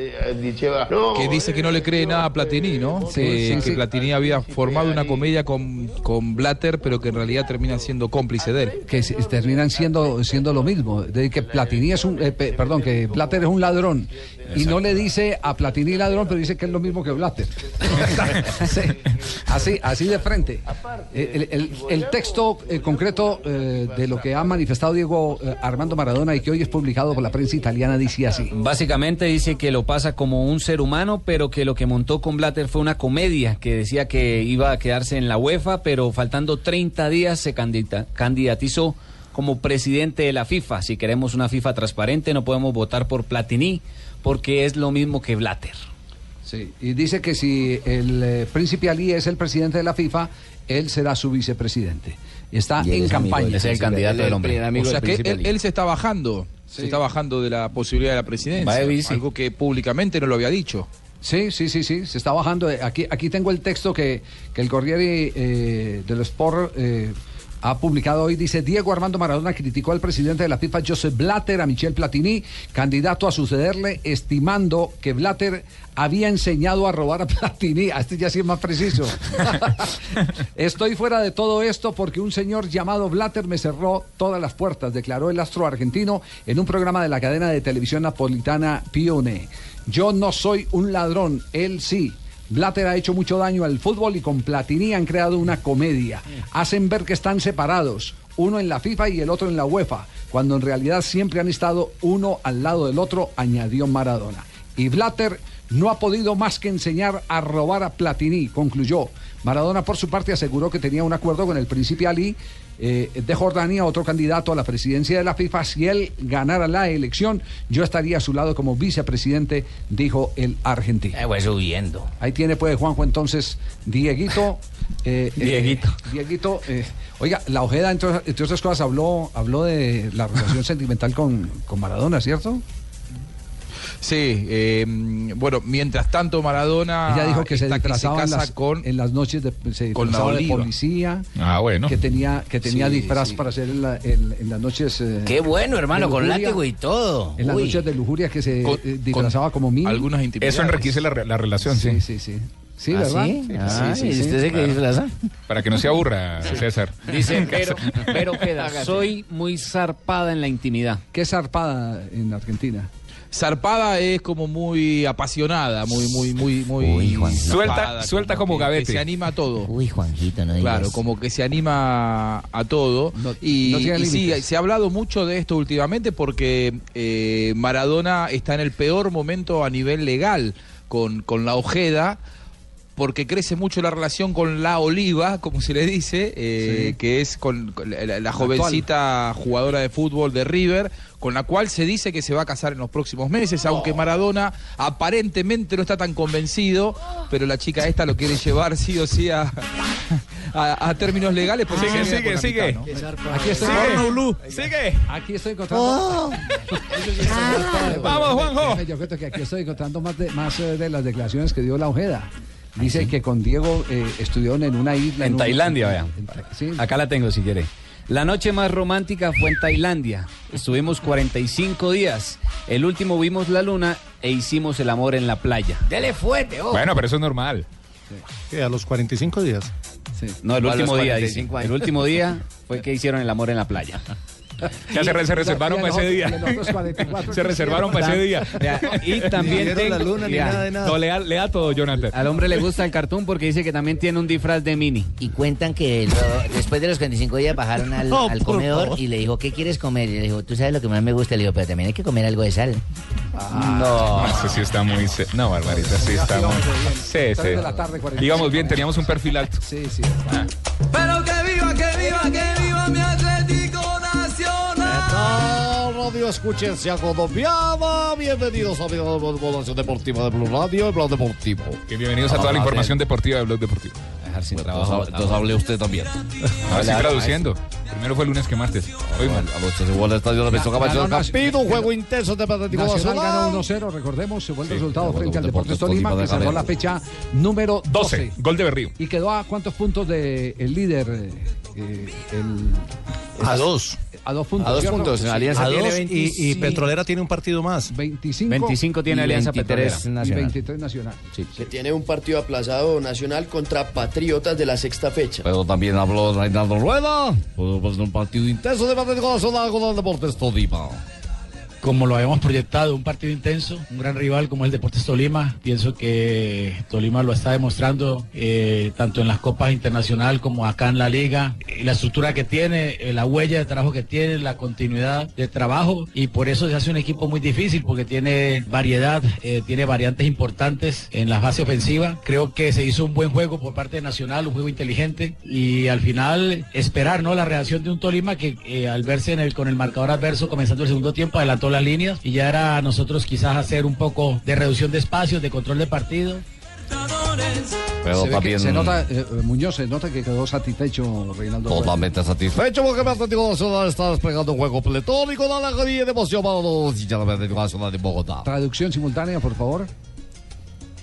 [SPEAKER 25] diceva, no,
[SPEAKER 22] que dice que no le cree nada a Platini, ¿no?
[SPEAKER 4] Sí,
[SPEAKER 22] que,
[SPEAKER 4] eh, sí,
[SPEAKER 22] que
[SPEAKER 4] sí.
[SPEAKER 22] Platini había formado una comedia con, con Blatter, pero que en realidad termina siendo cómplice de él.
[SPEAKER 4] que se- terminan siendo siendo lo mismo, de que Platini es un eh, pe- perdón, que Blatter es un ladrón y no le dice a Platini ladrón, pero dice que es lo mismo que Blatter. Sí, así así de frente. Eh, El, el- el texto eh, concreto eh, de lo que ha manifestado Diego eh, Armando Maradona y que hoy es publicado por la prensa italiana dice así.
[SPEAKER 8] Básicamente dice que lo pasa como un ser humano, pero que lo que montó con Blatter fue una comedia, que decía que iba a quedarse en la UEFA, pero faltando 30 días se candida- candidatizó como presidente de la FIFA. Si queremos una FIFA transparente, no podemos votar por Platini, porque es lo mismo que Blatter.
[SPEAKER 4] Sí, y dice que si el eh, príncipe Ali es el presidente de la FIFA, él será su vicepresidente. Está
[SPEAKER 22] Y él
[SPEAKER 4] en
[SPEAKER 22] es amigo
[SPEAKER 4] campaña.
[SPEAKER 22] del Ese es el príncipe, candidato él es del hombre. el amigo
[SPEAKER 4] O sea
[SPEAKER 22] del
[SPEAKER 4] que
[SPEAKER 22] príncipe
[SPEAKER 4] él-
[SPEAKER 22] Ali.
[SPEAKER 4] él
[SPEAKER 22] se está bajando.
[SPEAKER 4] Sí.
[SPEAKER 22] Se está bajando de la posibilidad de la
[SPEAKER 4] Va
[SPEAKER 22] presidencia.
[SPEAKER 4] de bici.
[SPEAKER 22] Algo que públicamente no lo había dicho.
[SPEAKER 4] Sí, sí, sí, sí, se está bajando. Eh, Aquí, aquí tengo el texto que, que el Corriere eh, de los Sport eh, ha publicado hoy. Dice, Diego Armando Maradona criticó al presidente de la FIFA, Joseph Blatter, a Michel Platini, candidato a sucederle, estimando que Blatter había enseñado a robar a Platini. Ah, Este ya sí es más preciso. Estoy fuera de todo esto porque un señor llamado Blatter me cerró todas las puertas, declaró el astro argentino en un programa de la cadena de televisión napolitana Pione. Yo no soy un ladrón, él sí. Blatter ha hecho mucho daño al fútbol y con Platini han creado una comedia. Hacen ver que están separados, uno en la FIFA y el otro en la UEFA, cuando en realidad siempre han estado uno al lado del otro, añadió Maradona. Y Blatter no ha podido más que enseñar a robar a Platini, concluyó. Maradona, por su parte, aseguró que tenía un acuerdo con el príncipe Ali eh, de Jordania, otro candidato a la presidencia de la FIFA. Si él ganara la elección, yo estaría a su lado como vicepresidente, dijo el argentino.
[SPEAKER 15] Eh,
[SPEAKER 9] Eh, pues, subiendo.
[SPEAKER 4] Ahí tiene pues Juanjo entonces Dieguito. eh, eh,
[SPEAKER 9] Dieguito.
[SPEAKER 4] Dieguito, eh, oiga, la Ojeda, entre, entre otras cosas, habló, habló de la relación sentimental con, con Maradona, ¿cierto?
[SPEAKER 22] Sí, eh, bueno, mientras tanto Maradona
[SPEAKER 4] Ella dijo que se
[SPEAKER 22] está
[SPEAKER 4] disfrazaba en
[SPEAKER 22] casa
[SPEAKER 4] las, en las noches de, se
[SPEAKER 22] con la
[SPEAKER 4] disfrazaba de
[SPEAKER 22] oliva.
[SPEAKER 4] policía.
[SPEAKER 22] Ah, bueno.
[SPEAKER 4] Que tenía, que tenía
[SPEAKER 22] Sí,
[SPEAKER 4] disfraz
[SPEAKER 22] sí.
[SPEAKER 4] para hacer en, la- en- en las noches. eh,
[SPEAKER 9] Qué bueno,
[SPEAKER 4] de
[SPEAKER 9] hermano, con
[SPEAKER 4] lujuria.
[SPEAKER 9] látigo y todo.
[SPEAKER 4] En las
[SPEAKER 9] Uy.
[SPEAKER 4] noches de lujuria que se
[SPEAKER 9] Con-
[SPEAKER 4] eh, disfrazaba como mil.
[SPEAKER 22] algunas
[SPEAKER 11] Eso enriquece la, re- la relación, sí.
[SPEAKER 4] Sí, sí, sí. Sí,
[SPEAKER 9] ¿Ah,
[SPEAKER 4] ¿verdad?
[SPEAKER 11] Claro.
[SPEAKER 9] disfraza?
[SPEAKER 11] Para que no se aburra, César.
[SPEAKER 8] Dice, pero, pero queda, soy muy zarpada en la intimidad.
[SPEAKER 4] ¿Qué es zarpada en Argentina?
[SPEAKER 22] Zarpada es como muy apasionada, muy, muy, muy, muy.
[SPEAKER 11] Suelta-
[SPEAKER 22] zarpada,
[SPEAKER 11] suelta como
[SPEAKER 22] que-
[SPEAKER 11] gavete.
[SPEAKER 22] que se anima a todo.
[SPEAKER 2] Uy, Juanjito, no
[SPEAKER 22] Claro, como que se anima a todo. y
[SPEAKER 4] no llega a
[SPEAKER 22] y sí,
[SPEAKER 4] límites.
[SPEAKER 22] se ha hablado mucho de esto últimamente porque eh, Maradona está en el peor momento a nivel legal con, con la Ojeda, porque crece mucho la relación con la Oliva, como se le dice, eh, que es con, con la, la- la jovencita jugadora de fútbol de River, con la cual se dice que se va a casar en los próximos
[SPEAKER 4] Oh.
[SPEAKER 22] meses, aunque Maradona aparentemente no está tan convencido, pero la chica esta lo quiere llevar sí o sí a, a- a términos legales. pues, porque
[SPEAKER 11] Sigue,
[SPEAKER 22] se queda
[SPEAKER 11] sigue,
[SPEAKER 22] con la
[SPEAKER 11] sigue.
[SPEAKER 22] mitad, ¿no?
[SPEAKER 4] Aquí estoy.
[SPEAKER 11] Sigue.
[SPEAKER 22] Sigue.
[SPEAKER 4] Aquí estoy
[SPEAKER 6] Oh.
[SPEAKER 4] encontrando.
[SPEAKER 11] Vamos, Juanjo.
[SPEAKER 4] Yo creo que aquí estoy encontrando más de, más eh, de las declaraciones que dio la Ojeda. Dice que con Diego eh, estuvieron en una isla.
[SPEAKER 17] En
[SPEAKER 4] un-
[SPEAKER 17] Tailandia, vea.
[SPEAKER 4] Sí.
[SPEAKER 8] Acá la tengo si quiere. La noche más romántica fue en Tailandia. Estuvimos 45 días. El último vimos la luna e hicimos el amor en la playa.
[SPEAKER 9] Dele fuerte, oh.
[SPEAKER 11] Bueno, pero eso es normal.
[SPEAKER 10] A los 45 días.
[SPEAKER 8] No, el
[SPEAKER 10] A los
[SPEAKER 8] último día.
[SPEAKER 10] 45
[SPEAKER 8] dice.
[SPEAKER 10] años.
[SPEAKER 8] El último día fue que hicieron el amor en la playa.
[SPEAKER 11] Ya se re- se reservaron para ese día. Se reservaron para ese día.
[SPEAKER 8] Ya, Y también
[SPEAKER 11] vieron la
[SPEAKER 8] tengo-
[SPEAKER 11] luna, ni
[SPEAKER 8] ya.
[SPEAKER 11] nada de nada. No, lea, lea todo, Jonathan.
[SPEAKER 8] Al hombre le gusta el cartoon porque dice que también tiene un disfraz de mini.
[SPEAKER 15] Y cuentan que lo- después de los 45 días bajaron al,
[SPEAKER 8] Oh,
[SPEAKER 15] al
[SPEAKER 8] por
[SPEAKER 15] comedor
[SPEAKER 8] favor.
[SPEAKER 15] y le dijo, ¿qué quieres comer? Y le dijo, tú sabes lo que más me gusta. Le dijo, pero también hay que comer algo de sal.
[SPEAKER 9] Ah.
[SPEAKER 4] ah.
[SPEAKER 11] No. Eso sí está muy. se- No, Barbarita, sí está muy. Sí,
[SPEAKER 4] Tres de la tarde,
[SPEAKER 11] sí.
[SPEAKER 4] 45.
[SPEAKER 11] Íbamos bien, teníamos un perfil alto. Ah,
[SPEAKER 4] Sí, sí.
[SPEAKER 21] Pero que viva, que viva, que viva mi Atlético Nacional.
[SPEAKER 16] Radio Escuchencia Colombiana, bienvenidos a la información deportiva de Blue Radio y Blog Deportivo.
[SPEAKER 11] Que bienvenidos a toda la información deportiva de Blog Deportivo.
[SPEAKER 16] Entonces entonces hable usted también.
[SPEAKER 11] Ahora sí traduciendo. Primero fue lunes que martes. Hoy
[SPEAKER 16] Se jugó al estadio de Benito Camacho del Campito, un juego intenso de Atlético
[SPEAKER 4] Nacional
[SPEAKER 16] Nacional.
[SPEAKER 4] ganó 1-0, recordemos, se fue el resultado frente al
[SPEAKER 16] Deportes
[SPEAKER 4] Deportes Tolima,
[SPEAKER 16] Tolima
[SPEAKER 4] que
[SPEAKER 16] de
[SPEAKER 4] cerró
[SPEAKER 16] Calero.
[SPEAKER 4] la fecha número 12.
[SPEAKER 11] 12. Gol de Berrío.
[SPEAKER 4] ¿Y quedó a cuántos puntos del el líder? eh, eh, el-
[SPEAKER 24] A dos.
[SPEAKER 4] A dos puntos.
[SPEAKER 24] A dos
[SPEAKER 4] ¿cierto?
[SPEAKER 24] puntos.
[SPEAKER 4] Sí.
[SPEAKER 24] Alianza A tiene dos y- 25. y Petrolera tiene un partido más.
[SPEAKER 4] 25.
[SPEAKER 15] 25 tiene
[SPEAKER 4] y
[SPEAKER 15] Alianza Petrolera.
[SPEAKER 4] 23 Y
[SPEAKER 15] Nacional.
[SPEAKER 4] 23 Nacional.
[SPEAKER 15] Que
[SPEAKER 7] tiene un partido aplazado nacional contra Patriotas de la sexta fecha.
[SPEAKER 16] Pero también habló Reinaldo Rueda. Fue pues, un partido intenso de Atlético Nacional con el Deportes Tolima.
[SPEAKER 23] como lo habíamos proyectado, un partido intenso, un gran rival como el Deportes Tolima. Pienso que Tolima lo está demostrando eh, tanto en las copas internacional como acá en la liga. Y la estructura que tiene, eh, la huella de trabajo que tiene, la continuidad de trabajo y por eso se hace un equipo muy difícil porque tiene variedad, eh, tiene variantes importantes en la fase ofensiva. Creo que se hizo un buen juego por parte de Nacional, un juego inteligente y al final esperar ¿no? la reacción de un Tolima que eh, al verse en el, con el marcador adverso comenzando el segundo tiempo adelantó las líneas y ya era a nosotros quizás hacer un poco de reducción de espacios, de control de partido.
[SPEAKER 16] Pero
[SPEAKER 4] se, ve que-
[SPEAKER 16] también-
[SPEAKER 4] se nota, eh, Muñoz, se nota que quedó satisfecho Reinaldo. Rueda.
[SPEAKER 16] Totalmente satisfecho porque el Atlético Nacional está desplegando un juego pletórico, la alegría y emoción para los hinchas del Atlético Nacional de Bogotá.
[SPEAKER 4] Traducción simultánea, por favor.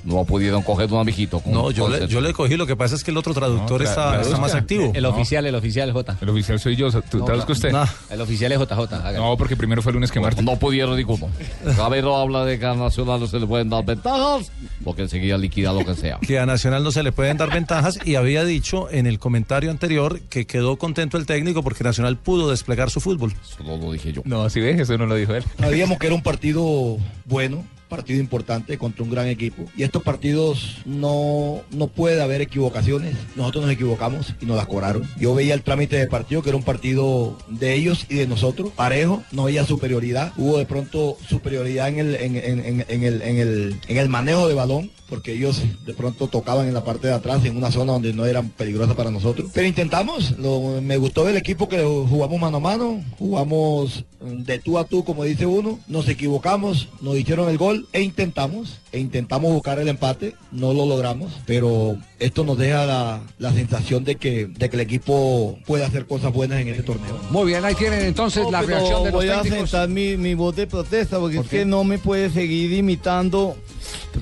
[SPEAKER 16] No pudieron coger un amiguito. con-
[SPEAKER 24] No, yo
[SPEAKER 16] con
[SPEAKER 24] le,
[SPEAKER 16] el-
[SPEAKER 24] yo le cogí, lo que pasa es que el otro traductor
[SPEAKER 16] No, tra-
[SPEAKER 24] está, está
[SPEAKER 16] traduzca.
[SPEAKER 24] más activo.
[SPEAKER 16] El oficial,
[SPEAKER 8] el oficial, J.
[SPEAKER 11] El oficial soy yo, tú
[SPEAKER 16] No,
[SPEAKER 11] traduzca
[SPEAKER 16] no,
[SPEAKER 11] usted.
[SPEAKER 16] no.
[SPEAKER 8] El oficial es JJ.
[SPEAKER 11] No, porque primero fue lunes que martes.
[SPEAKER 16] No pudieron ninguno. Cabero habla de que a Nacional no se le pueden dar ventajas porque enseguida liquida lo que sea.
[SPEAKER 24] Que a Nacional no se le pueden dar ventajas y había dicho en el comentario anterior que quedó contento el técnico porque Nacional pudo desplegar su fútbol.
[SPEAKER 16] Solo lo dije yo.
[SPEAKER 11] No, si ves, eso no lo dijo él.
[SPEAKER 26] Sabíamos que era un partido bueno, partido importante contra un gran equipo. Y estos partidos no, no puede haber equivocaciones. Nosotros nos equivocamos y nos las cobraron. Yo veía el trámite de partido que era un partido de ellos y de nosotros, parejo. No veía superioridad. Hubo de pronto superioridad en el, en, en- en- en el, en el- en el manejo de balón, porque ellos de pronto tocaban en la parte de atrás, en una zona donde no eran peligrosas para nosotros. Pero intentamos. Lo- me gustó del equipo que jugamos mano a mano, jugamos de tú a tú, como dice uno, nos equivocamos, nos hicieron el gol e intentamos, e intentamos buscar el empate, no lo logramos, pero esto nos deja la, la sensación de que, de que el equipo puede hacer cosas buenas en este torneo.
[SPEAKER 4] Muy bien, ahí tienen entonces la
[SPEAKER 26] pero
[SPEAKER 4] reacción de los
[SPEAKER 3] voy a
[SPEAKER 4] técnicos.
[SPEAKER 3] sentar mi, mi voz de protesta porque es que no me puede seguir imitando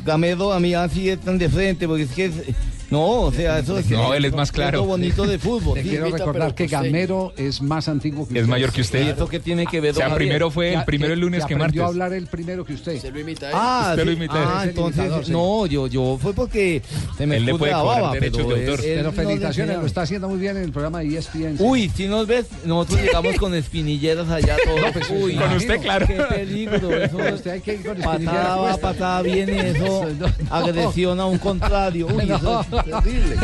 [SPEAKER 3] Gamedo a mí así tan de frente porque es que es- no, o sea, eso es
[SPEAKER 11] No, él es más
[SPEAKER 3] lo
[SPEAKER 11] claro.
[SPEAKER 3] bonito de fútbol.
[SPEAKER 4] Le
[SPEAKER 3] Sí,
[SPEAKER 4] quiero
[SPEAKER 3] imita,
[SPEAKER 4] recordar
[SPEAKER 3] pero
[SPEAKER 4] que
[SPEAKER 3] costeño.
[SPEAKER 4] Gamero es más antiguo que
[SPEAKER 11] Es mayor que usted.
[SPEAKER 4] Claro.
[SPEAKER 11] ¿Y esto qué tiene que ver, O
[SPEAKER 4] Ya-
[SPEAKER 11] sea, don primero Javier? fue- el primero el lunes que
[SPEAKER 4] aprendió a
[SPEAKER 11] martes.
[SPEAKER 4] hablar el primero que usted. Se
[SPEAKER 3] lo imita
[SPEAKER 4] él.
[SPEAKER 3] Ah, sí. Ah,
[SPEAKER 4] Es el imitador,
[SPEAKER 3] entonces,
[SPEAKER 4] sí.
[SPEAKER 3] no, yo, yo fue porque se me
[SPEAKER 4] Él le
[SPEAKER 3] escurre
[SPEAKER 4] puede
[SPEAKER 3] la
[SPEAKER 4] cobrar
[SPEAKER 3] baba,
[SPEAKER 4] derechos
[SPEAKER 3] pero
[SPEAKER 4] de autor.
[SPEAKER 3] él- él
[SPEAKER 4] Pero
[SPEAKER 3] no le
[SPEAKER 4] felicitaciones,
[SPEAKER 3] enseña.
[SPEAKER 4] lo está haciendo muy bien en el programa de E ESPN.
[SPEAKER 3] Uy, si nos ves, nosotros llegamos con espinilleras allá todos.
[SPEAKER 4] No, pues,
[SPEAKER 3] Uy,
[SPEAKER 4] con usted,
[SPEAKER 3] imagino,
[SPEAKER 4] claro.
[SPEAKER 3] Qué peligro, eso
[SPEAKER 4] Con usted hay que ir con espinilleras
[SPEAKER 3] Patada va,
[SPEAKER 4] puestas.
[SPEAKER 3] patada viene, eso,
[SPEAKER 4] pues, Eso, no.
[SPEAKER 3] agresión a un contrario. Uy, eso es terrible.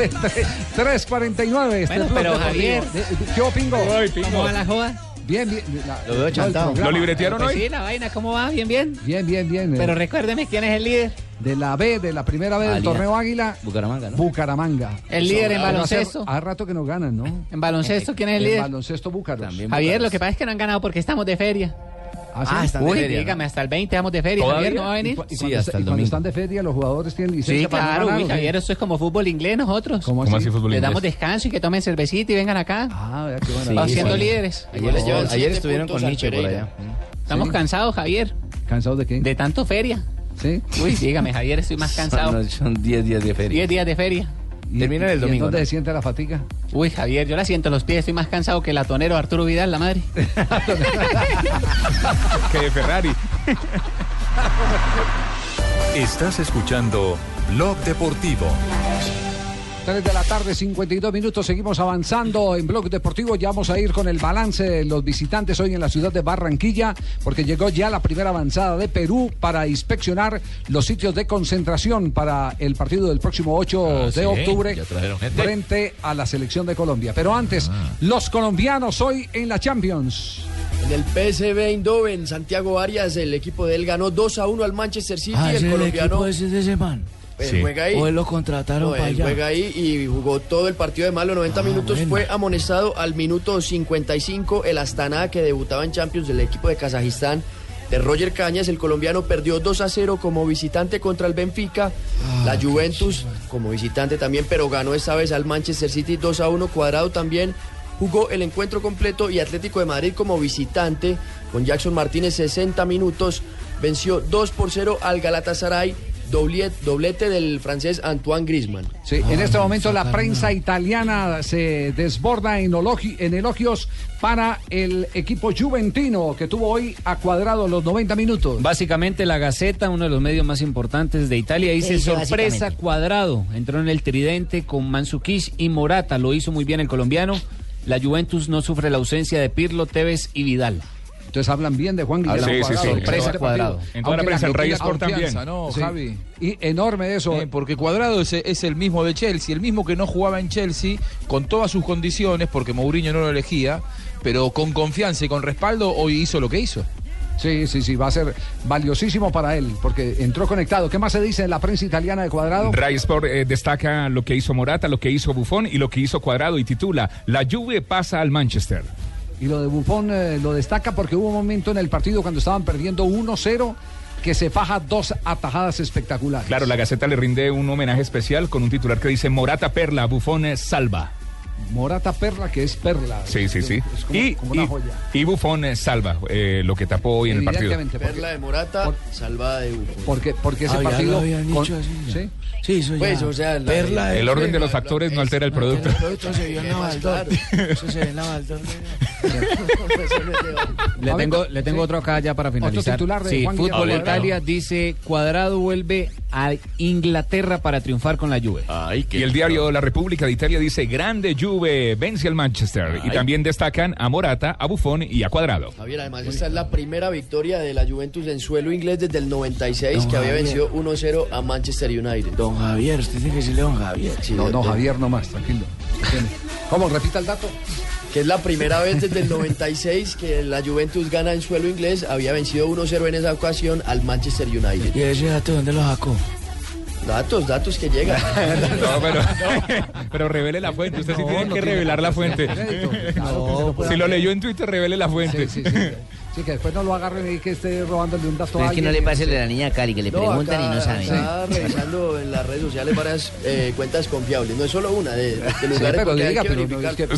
[SPEAKER 4] 3.49. Este
[SPEAKER 3] Bueno, pero,
[SPEAKER 4] bloque
[SPEAKER 3] Javier.
[SPEAKER 4] deportivo. ¿Qué opingo?
[SPEAKER 3] Ay, Pingo. ¿Cómo va la
[SPEAKER 4] joda? Bien, bien. la-
[SPEAKER 3] Lo veo chantado.
[SPEAKER 4] el programa.
[SPEAKER 3] ¿Lo libretearon
[SPEAKER 13] Pues sí, la vaina, ¿cómo va? Bien, bien.
[SPEAKER 4] Bien, bien, bien. eh,
[SPEAKER 13] Pero recuérdeme quién es el líder.
[SPEAKER 4] de la B, de la primera B del
[SPEAKER 13] Alianza.
[SPEAKER 4] torneo Águila,
[SPEAKER 13] Bucaramanga,
[SPEAKER 4] Bucaramanga.
[SPEAKER 13] El líder en
[SPEAKER 4] Bueno, hace-
[SPEAKER 13] baloncesto.
[SPEAKER 4] Hace rato que nos ganan, ¿no?
[SPEAKER 13] En baloncesto, ¿quién es el líder?
[SPEAKER 4] En baloncesto Búcaros.
[SPEAKER 13] Javier, lo que pasa es que no han ganado porque estamos de feria.
[SPEAKER 4] Ah, ¿sí?
[SPEAKER 13] Uy, dígame, hasta el 20 estamos de feria. Javier, ¿no va a
[SPEAKER 4] ¿Y
[SPEAKER 13] venir?
[SPEAKER 4] cu- y cuando está- y cuando están de feria, los jugadores tienen licencia
[SPEAKER 13] Sí,
[SPEAKER 4] para no
[SPEAKER 13] claro,
[SPEAKER 4] ganar,
[SPEAKER 13] uy,
[SPEAKER 4] ¿o qué?
[SPEAKER 13] Javier, eso es como fútbol inglés nosotros.
[SPEAKER 4] ¿Cómo ¿Cómo así? así fútbol
[SPEAKER 13] Les
[SPEAKER 4] inglés?
[SPEAKER 13] damos descanso y que tomen cervecita y vengan acá.
[SPEAKER 4] Ah, qué
[SPEAKER 13] buena. Haciendo líderes.
[SPEAKER 17] Ayer, les llevan- ayer estuvieron con Nietzsche
[SPEAKER 13] Nietzsche
[SPEAKER 17] por allá.
[SPEAKER 13] Estamos
[SPEAKER 4] Sí.
[SPEAKER 13] cansados, Javier.
[SPEAKER 4] ¿Cansados de qué?
[SPEAKER 13] De tanto feria.
[SPEAKER 4] Sí.
[SPEAKER 13] Uy, dígame, Javier, estoy más cansado.
[SPEAKER 17] Son- Son 10 días de feria.
[SPEAKER 13] 10 días de feria.
[SPEAKER 17] Terminan el domingo.
[SPEAKER 4] ¿Dónde se siente la fatiga?
[SPEAKER 13] Uy, Javier, yo la siento en los pies, estoy más cansado que el atonero Arturo Vidal, la madre.
[SPEAKER 11] Que de Ferrari.
[SPEAKER 18] Estás escuchando Blog Deportivo.
[SPEAKER 4] 3 de la tarde, 52 minutos. Seguimos avanzando en Blog Deportivo. Ya vamos a ir con el balance de los visitantes hoy en la ciudad de Barranquilla, porque llegó ya la primera avanzada de Perú para inspeccionar los sitios de concentración para el partido del próximo 8
[SPEAKER 19] Ah,
[SPEAKER 4] de
[SPEAKER 19] sí,
[SPEAKER 4] octubre
[SPEAKER 19] ya trajeron gente.
[SPEAKER 4] frente a la selección de Colombia. Pero antes,
[SPEAKER 11] Ah.
[SPEAKER 4] los colombianos hoy en la Champions.
[SPEAKER 7] En el PSV Eindhoven, Santiago Arias, el equipo de él ganó 2 a 1 al Manchester City.
[SPEAKER 2] Ah, ese es
[SPEAKER 7] el
[SPEAKER 2] el
[SPEAKER 7] colombiano
[SPEAKER 2] equipo ese de ese man.
[SPEAKER 7] Pues Sí. juega ahí.
[SPEAKER 2] O él lo contrataron
[SPEAKER 7] No,
[SPEAKER 2] para
[SPEAKER 7] él
[SPEAKER 2] allá.
[SPEAKER 7] juega ahí y jugó todo el partido de malo, 90 minutos. Fue amonestado al minuto 55. El Astana, que debutaba en Champions del equipo de Kazajistán, de Roger Cañas, el colombiano, perdió 2 a 0 como visitante contra el Benfica. la Juventus, como visitante también, pero ganó esta vez al Manchester City 2 a 1. Cuadrado también. Jugó el encuentro completo y Atlético de Madrid como visitante con Jackson Martínez 60 minutos. Venció 2 por 0 al Galatasaray, doblete, doblete del francés Antoine Griezmann.
[SPEAKER 4] Sí, en este momento la prensa italiana se desborda en, elogi- en elogios para el equipo juventino que tuvo hoy a cuadrado los 90 minutos.
[SPEAKER 19] Básicamente la Gaceta, uno de los medios más importantes de Italia, dice
[SPEAKER 4] dice
[SPEAKER 19] sorpresa
[SPEAKER 4] básicamente?
[SPEAKER 19] cuadrado. Entró en el tridente con Mansukish y Morata. Lo hizo muy bien el colombiano. La Juventus no sufre la ausencia de Pirlo, Tevez y Vidal.
[SPEAKER 4] Entonces hablan bien de Juan
[SPEAKER 19] Guillermo
[SPEAKER 22] Cuadrado, el
[SPEAKER 19] Sorpresa
[SPEAKER 22] jugador
[SPEAKER 19] cuadrado.
[SPEAKER 22] deportivo. En toda la
[SPEAKER 4] Aunque
[SPEAKER 22] prensa, el
[SPEAKER 4] gente
[SPEAKER 22] Rey
[SPEAKER 4] tenga
[SPEAKER 22] Sport
[SPEAKER 4] confianza,
[SPEAKER 22] también.
[SPEAKER 4] ¿no,
[SPEAKER 22] Sí.
[SPEAKER 4] Javi? Y enorme eso.
[SPEAKER 22] Eh, porque Cuadrado es, es el mismo de Chelsea, el mismo que no jugaba en Chelsea, con todas sus condiciones, porque Mourinho no lo elegía, pero con confianza y con respaldo, hoy hizo lo que hizo.
[SPEAKER 4] Sí, sí, sí, va a ser valiosísimo para él, porque entró conectado. ¿Qué más se dice en la prensa italiana de cuadrado?
[SPEAKER 11] Rai Sport eh, destaca lo que hizo Morata, lo que hizo Buffon y lo que hizo Cuadrado y titula La Juve pasa al Manchester.
[SPEAKER 4] Y lo de Bufón lo destaca porque hubo un momento en el partido cuando estaban perdiendo 1-0 que se faja dos atajadas espectaculares.
[SPEAKER 11] Claro, la Gaceta le rinde un homenaje especial con un titular que dice Morata perla, Buffon eh, salva.
[SPEAKER 4] Morata Perla, que es Perla.
[SPEAKER 11] Sí, sí, sí.
[SPEAKER 4] Es como,
[SPEAKER 11] Y,
[SPEAKER 4] como una
[SPEAKER 11] y-
[SPEAKER 4] joya.
[SPEAKER 11] y Buffon eh, salva eh, lo que tapó hoy en el partido.
[SPEAKER 4] Evidentemente, porque-
[SPEAKER 7] Perla de Morata, salvada de Hugo.
[SPEAKER 4] Porque, porque ese
[SPEAKER 7] Ah, ya lo
[SPEAKER 4] partido.
[SPEAKER 7] habían
[SPEAKER 4] con-
[SPEAKER 7] dicho así, ya.
[SPEAKER 4] ¿sí?
[SPEAKER 2] Sí, eso ya.
[SPEAKER 7] Pues, o sea, la-
[SPEAKER 2] Perla
[SPEAKER 11] El orden de los
[SPEAKER 2] Perla,
[SPEAKER 11] factores no altera el
[SPEAKER 2] Perla,
[SPEAKER 11] producto.
[SPEAKER 2] El producto se vio en la Baldor. Eso se ve en la Baldor.
[SPEAKER 19] Le tengo, le tengo otro acá ya para finalizar.
[SPEAKER 2] titular de
[SPEAKER 19] sí,
[SPEAKER 2] Juan Guillermo
[SPEAKER 19] Fútbol
[SPEAKER 2] Cuadrado.
[SPEAKER 19] Italia dice Cuadrado vuelve a Inglaterra para triunfar con la Juve.
[SPEAKER 11] y el diario La República de Italia dice Grande Juve, vence al Manchester. Y también destacan a Morata, a Buffon y a Cuadrado.
[SPEAKER 7] Javier, además esta es la primera victoria de la Juventus en suelo inglés desde el 96
[SPEAKER 2] Don
[SPEAKER 7] que había
[SPEAKER 2] Javier.
[SPEAKER 7] vencido 1-0 a Manchester United.
[SPEAKER 2] Don Javier, usted tiene que decirle don Javier.
[SPEAKER 4] No, no, Javier nomás, tranquilo. ¿Cómo? Repita el dato.
[SPEAKER 7] Que es la primera vez desde el 96 que la Juventus gana en suelo inglés. Había vencido 1-0 en esa ocasión al Manchester United.
[SPEAKER 2] ¿Y ese dato dónde lo sacó?
[SPEAKER 7] Datos, datos que llegan.
[SPEAKER 11] No, pero, pero revele la fuente. Usted sí tiene que revelar la fuente. Si lo leyó en Twitter, revele la fuente.
[SPEAKER 4] pues, eh. Sí, que después no lo agarren y que esté robándole un dato
[SPEAKER 15] Pero
[SPEAKER 4] a
[SPEAKER 15] es que no le
[SPEAKER 4] alguien.
[SPEAKER 15] pase el de la niña Cari, que le preguntan y no
[SPEAKER 7] acá-
[SPEAKER 15] saben.
[SPEAKER 7] acá revisando en las redes sociales varias eh, cuentas confiables. No es solo una, de, de lugares
[SPEAKER 4] Sí, pero
[SPEAKER 7] porque hay
[SPEAKER 4] diga,
[SPEAKER 7] que
[SPEAKER 4] pero no,
[SPEAKER 7] verificar.
[SPEAKER 4] es que-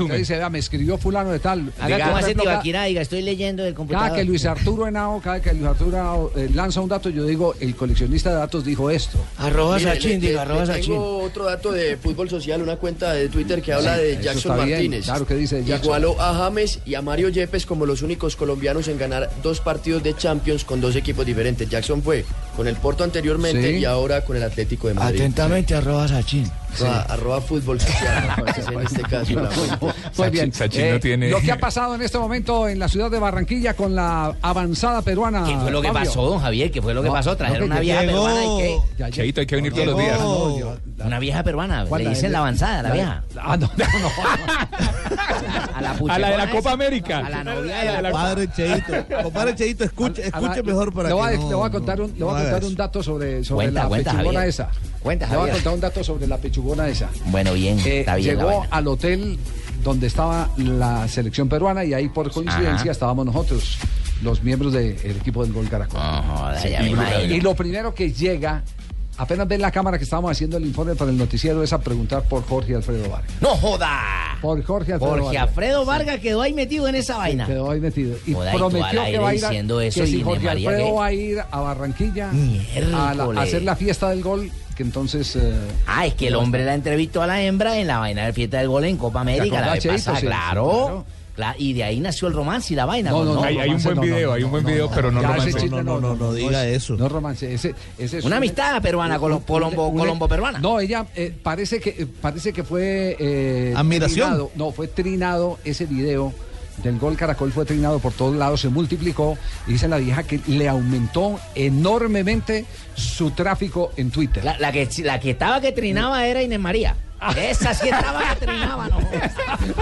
[SPEAKER 4] Usted dice, vea, me escribió fulano de tal.
[SPEAKER 15] Haga
[SPEAKER 4] Diga,
[SPEAKER 15] como
[SPEAKER 4] por
[SPEAKER 15] hace
[SPEAKER 4] ejemplo, acá-
[SPEAKER 15] Tibaquirá, diga, estoy leyendo el computador.
[SPEAKER 4] Cada que Luis Arturo Henao, cada que Luis Arturo Henao, eh, lanza un dato, yo digo, el coleccionista de datos dijo esto.
[SPEAKER 7] Mire, le- le- le Tengo otro dato de fútbol social, una cuenta de Twitter que habla
[SPEAKER 4] Sí,
[SPEAKER 7] de
[SPEAKER 4] eso
[SPEAKER 7] Jackson
[SPEAKER 4] está bien,
[SPEAKER 7] Martínez.
[SPEAKER 4] claro, ¿qué dice Jackson?
[SPEAKER 7] Igualó a James y a Mario Yepes como los únicos colombianos en ganar dos partidos de Champions con dos equipos diferentes. Jackson fue con el Porto anteriormente
[SPEAKER 2] Sí.
[SPEAKER 7] y ahora con el Atlético de Madrid.
[SPEAKER 2] Atentamente, arroba Sachin.
[SPEAKER 7] Arroba, arroba fútbol social, aparece en este caso. la cuenta.
[SPEAKER 4] Muy bien. Eh,
[SPEAKER 11] Sachin no tiene-
[SPEAKER 4] Lo que ha pasado en este momento en la ciudad de Barranquilla con la avanzada peruana.
[SPEAKER 15] ¿Qué fue lo que
[SPEAKER 4] Fabio?
[SPEAKER 15] pasó, don Javier? ¿Qué fue lo que
[SPEAKER 4] No,
[SPEAKER 15] pasó? Trajeron
[SPEAKER 4] no,
[SPEAKER 15] una
[SPEAKER 4] que
[SPEAKER 15] vieja
[SPEAKER 4] llegó-
[SPEAKER 15] peruana y qué.
[SPEAKER 4] Ya, ya.
[SPEAKER 11] Cheito, hay que venir todos los días.
[SPEAKER 15] Una vieja peruana,
[SPEAKER 4] ¿Cuál,
[SPEAKER 15] le
[SPEAKER 4] la
[SPEAKER 15] dicen
[SPEAKER 4] de-
[SPEAKER 15] la avanzada, la
[SPEAKER 4] la-
[SPEAKER 15] vieja.
[SPEAKER 4] Ah, no, no, no.
[SPEAKER 15] A la,
[SPEAKER 11] A la de la
[SPEAKER 15] puchecona
[SPEAKER 11] Copa
[SPEAKER 15] esa.
[SPEAKER 11] América.
[SPEAKER 15] A la novia de la
[SPEAKER 20] Compadre Cheito, compadre Cheito, escuche, escuche mejor para
[SPEAKER 4] le voy,
[SPEAKER 20] que
[SPEAKER 4] a,
[SPEAKER 20] no-
[SPEAKER 4] le voy a contar un, le voy a
[SPEAKER 20] no haga
[SPEAKER 4] contar
[SPEAKER 20] eso.
[SPEAKER 4] un dato sobre, sobre
[SPEAKER 15] Cuenta,
[SPEAKER 4] la
[SPEAKER 15] cuenta,
[SPEAKER 4] pechugona
[SPEAKER 15] Javier.
[SPEAKER 4] esa.
[SPEAKER 15] Cuenta,
[SPEAKER 4] le voy a
[SPEAKER 15] Javier.
[SPEAKER 4] contar un dato sobre la pechugona esa.
[SPEAKER 15] Bueno, bien,
[SPEAKER 4] Eh,
[SPEAKER 15] está bien. la
[SPEAKER 4] llegó
[SPEAKER 15] vaina.
[SPEAKER 4] al hotel donde estaba la selección peruana y ahí por coincidencia
[SPEAKER 15] Ajá.
[SPEAKER 4] estábamos nosotros, los miembros del equipo del Gol Caracol. Sí,
[SPEAKER 15] ya me
[SPEAKER 4] y-
[SPEAKER 15] imagino.
[SPEAKER 4] y lo primero que llega, apenas ven la cámara que estábamos haciendo el informe para el noticiero, es a preguntar por Jorge Alfredo Vargas.
[SPEAKER 15] ¡No joda!
[SPEAKER 4] Por Jorge Alfredo
[SPEAKER 15] Jorge
[SPEAKER 4] Vargas.
[SPEAKER 15] Alfredo Vargas quedó ahí metido en esa vaina.
[SPEAKER 4] Quedó ahí metido. Y
[SPEAKER 15] Joda, y tú al
[SPEAKER 4] prometió que
[SPEAKER 15] aire
[SPEAKER 4] va a ir a,
[SPEAKER 15] diciendo
[SPEAKER 4] que
[SPEAKER 15] eso,
[SPEAKER 4] si
[SPEAKER 15] y de
[SPEAKER 4] Jorge
[SPEAKER 15] María,
[SPEAKER 4] Alfredo
[SPEAKER 15] ¿qué?
[SPEAKER 4] va a ir a Barranquilla a, la- a
[SPEAKER 15] Miércoles.
[SPEAKER 4] hacer la fiesta del gol, que entonces... eh,
[SPEAKER 15] Ah, es que el hombre la entrevistó a la hembra en la vaina de fiesta del gol en Copa América. La
[SPEAKER 4] acordás,
[SPEAKER 15] vez pasada,
[SPEAKER 4] Cheito? Sí,
[SPEAKER 15] claro.
[SPEAKER 4] sí,
[SPEAKER 15] Cla- Y de ahí nació el romance y la vaina.
[SPEAKER 4] No,
[SPEAKER 15] con-
[SPEAKER 4] no, no,
[SPEAKER 11] hay, hay un
[SPEAKER 4] romance,
[SPEAKER 11] buen
[SPEAKER 4] no,
[SPEAKER 11] video,
[SPEAKER 4] no,
[SPEAKER 11] hay un
[SPEAKER 4] no,
[SPEAKER 11] buen
[SPEAKER 4] no,
[SPEAKER 11] video,
[SPEAKER 4] no,
[SPEAKER 11] pero no
[SPEAKER 4] ya ese
[SPEAKER 11] romance.
[SPEAKER 4] chiste no, no, no, no
[SPEAKER 20] diga
[SPEAKER 4] es- No romance, ese, ese es
[SPEAKER 15] Una amistad peruana, colo- colombo- colombo-peruana.
[SPEAKER 4] No, ella eh, parece que eh, parece que fue eh,
[SPEAKER 20] Admiración.
[SPEAKER 4] trinado. no, fue trinado ese video del gol Caracol fue trinado por todos lados, se multiplicó y dice la vieja que le aumentó enormemente su tráfico en Twitter.
[SPEAKER 15] La, la que, la que estaba que trinaba era Inés María. Esa sí estaba que trinaba, no.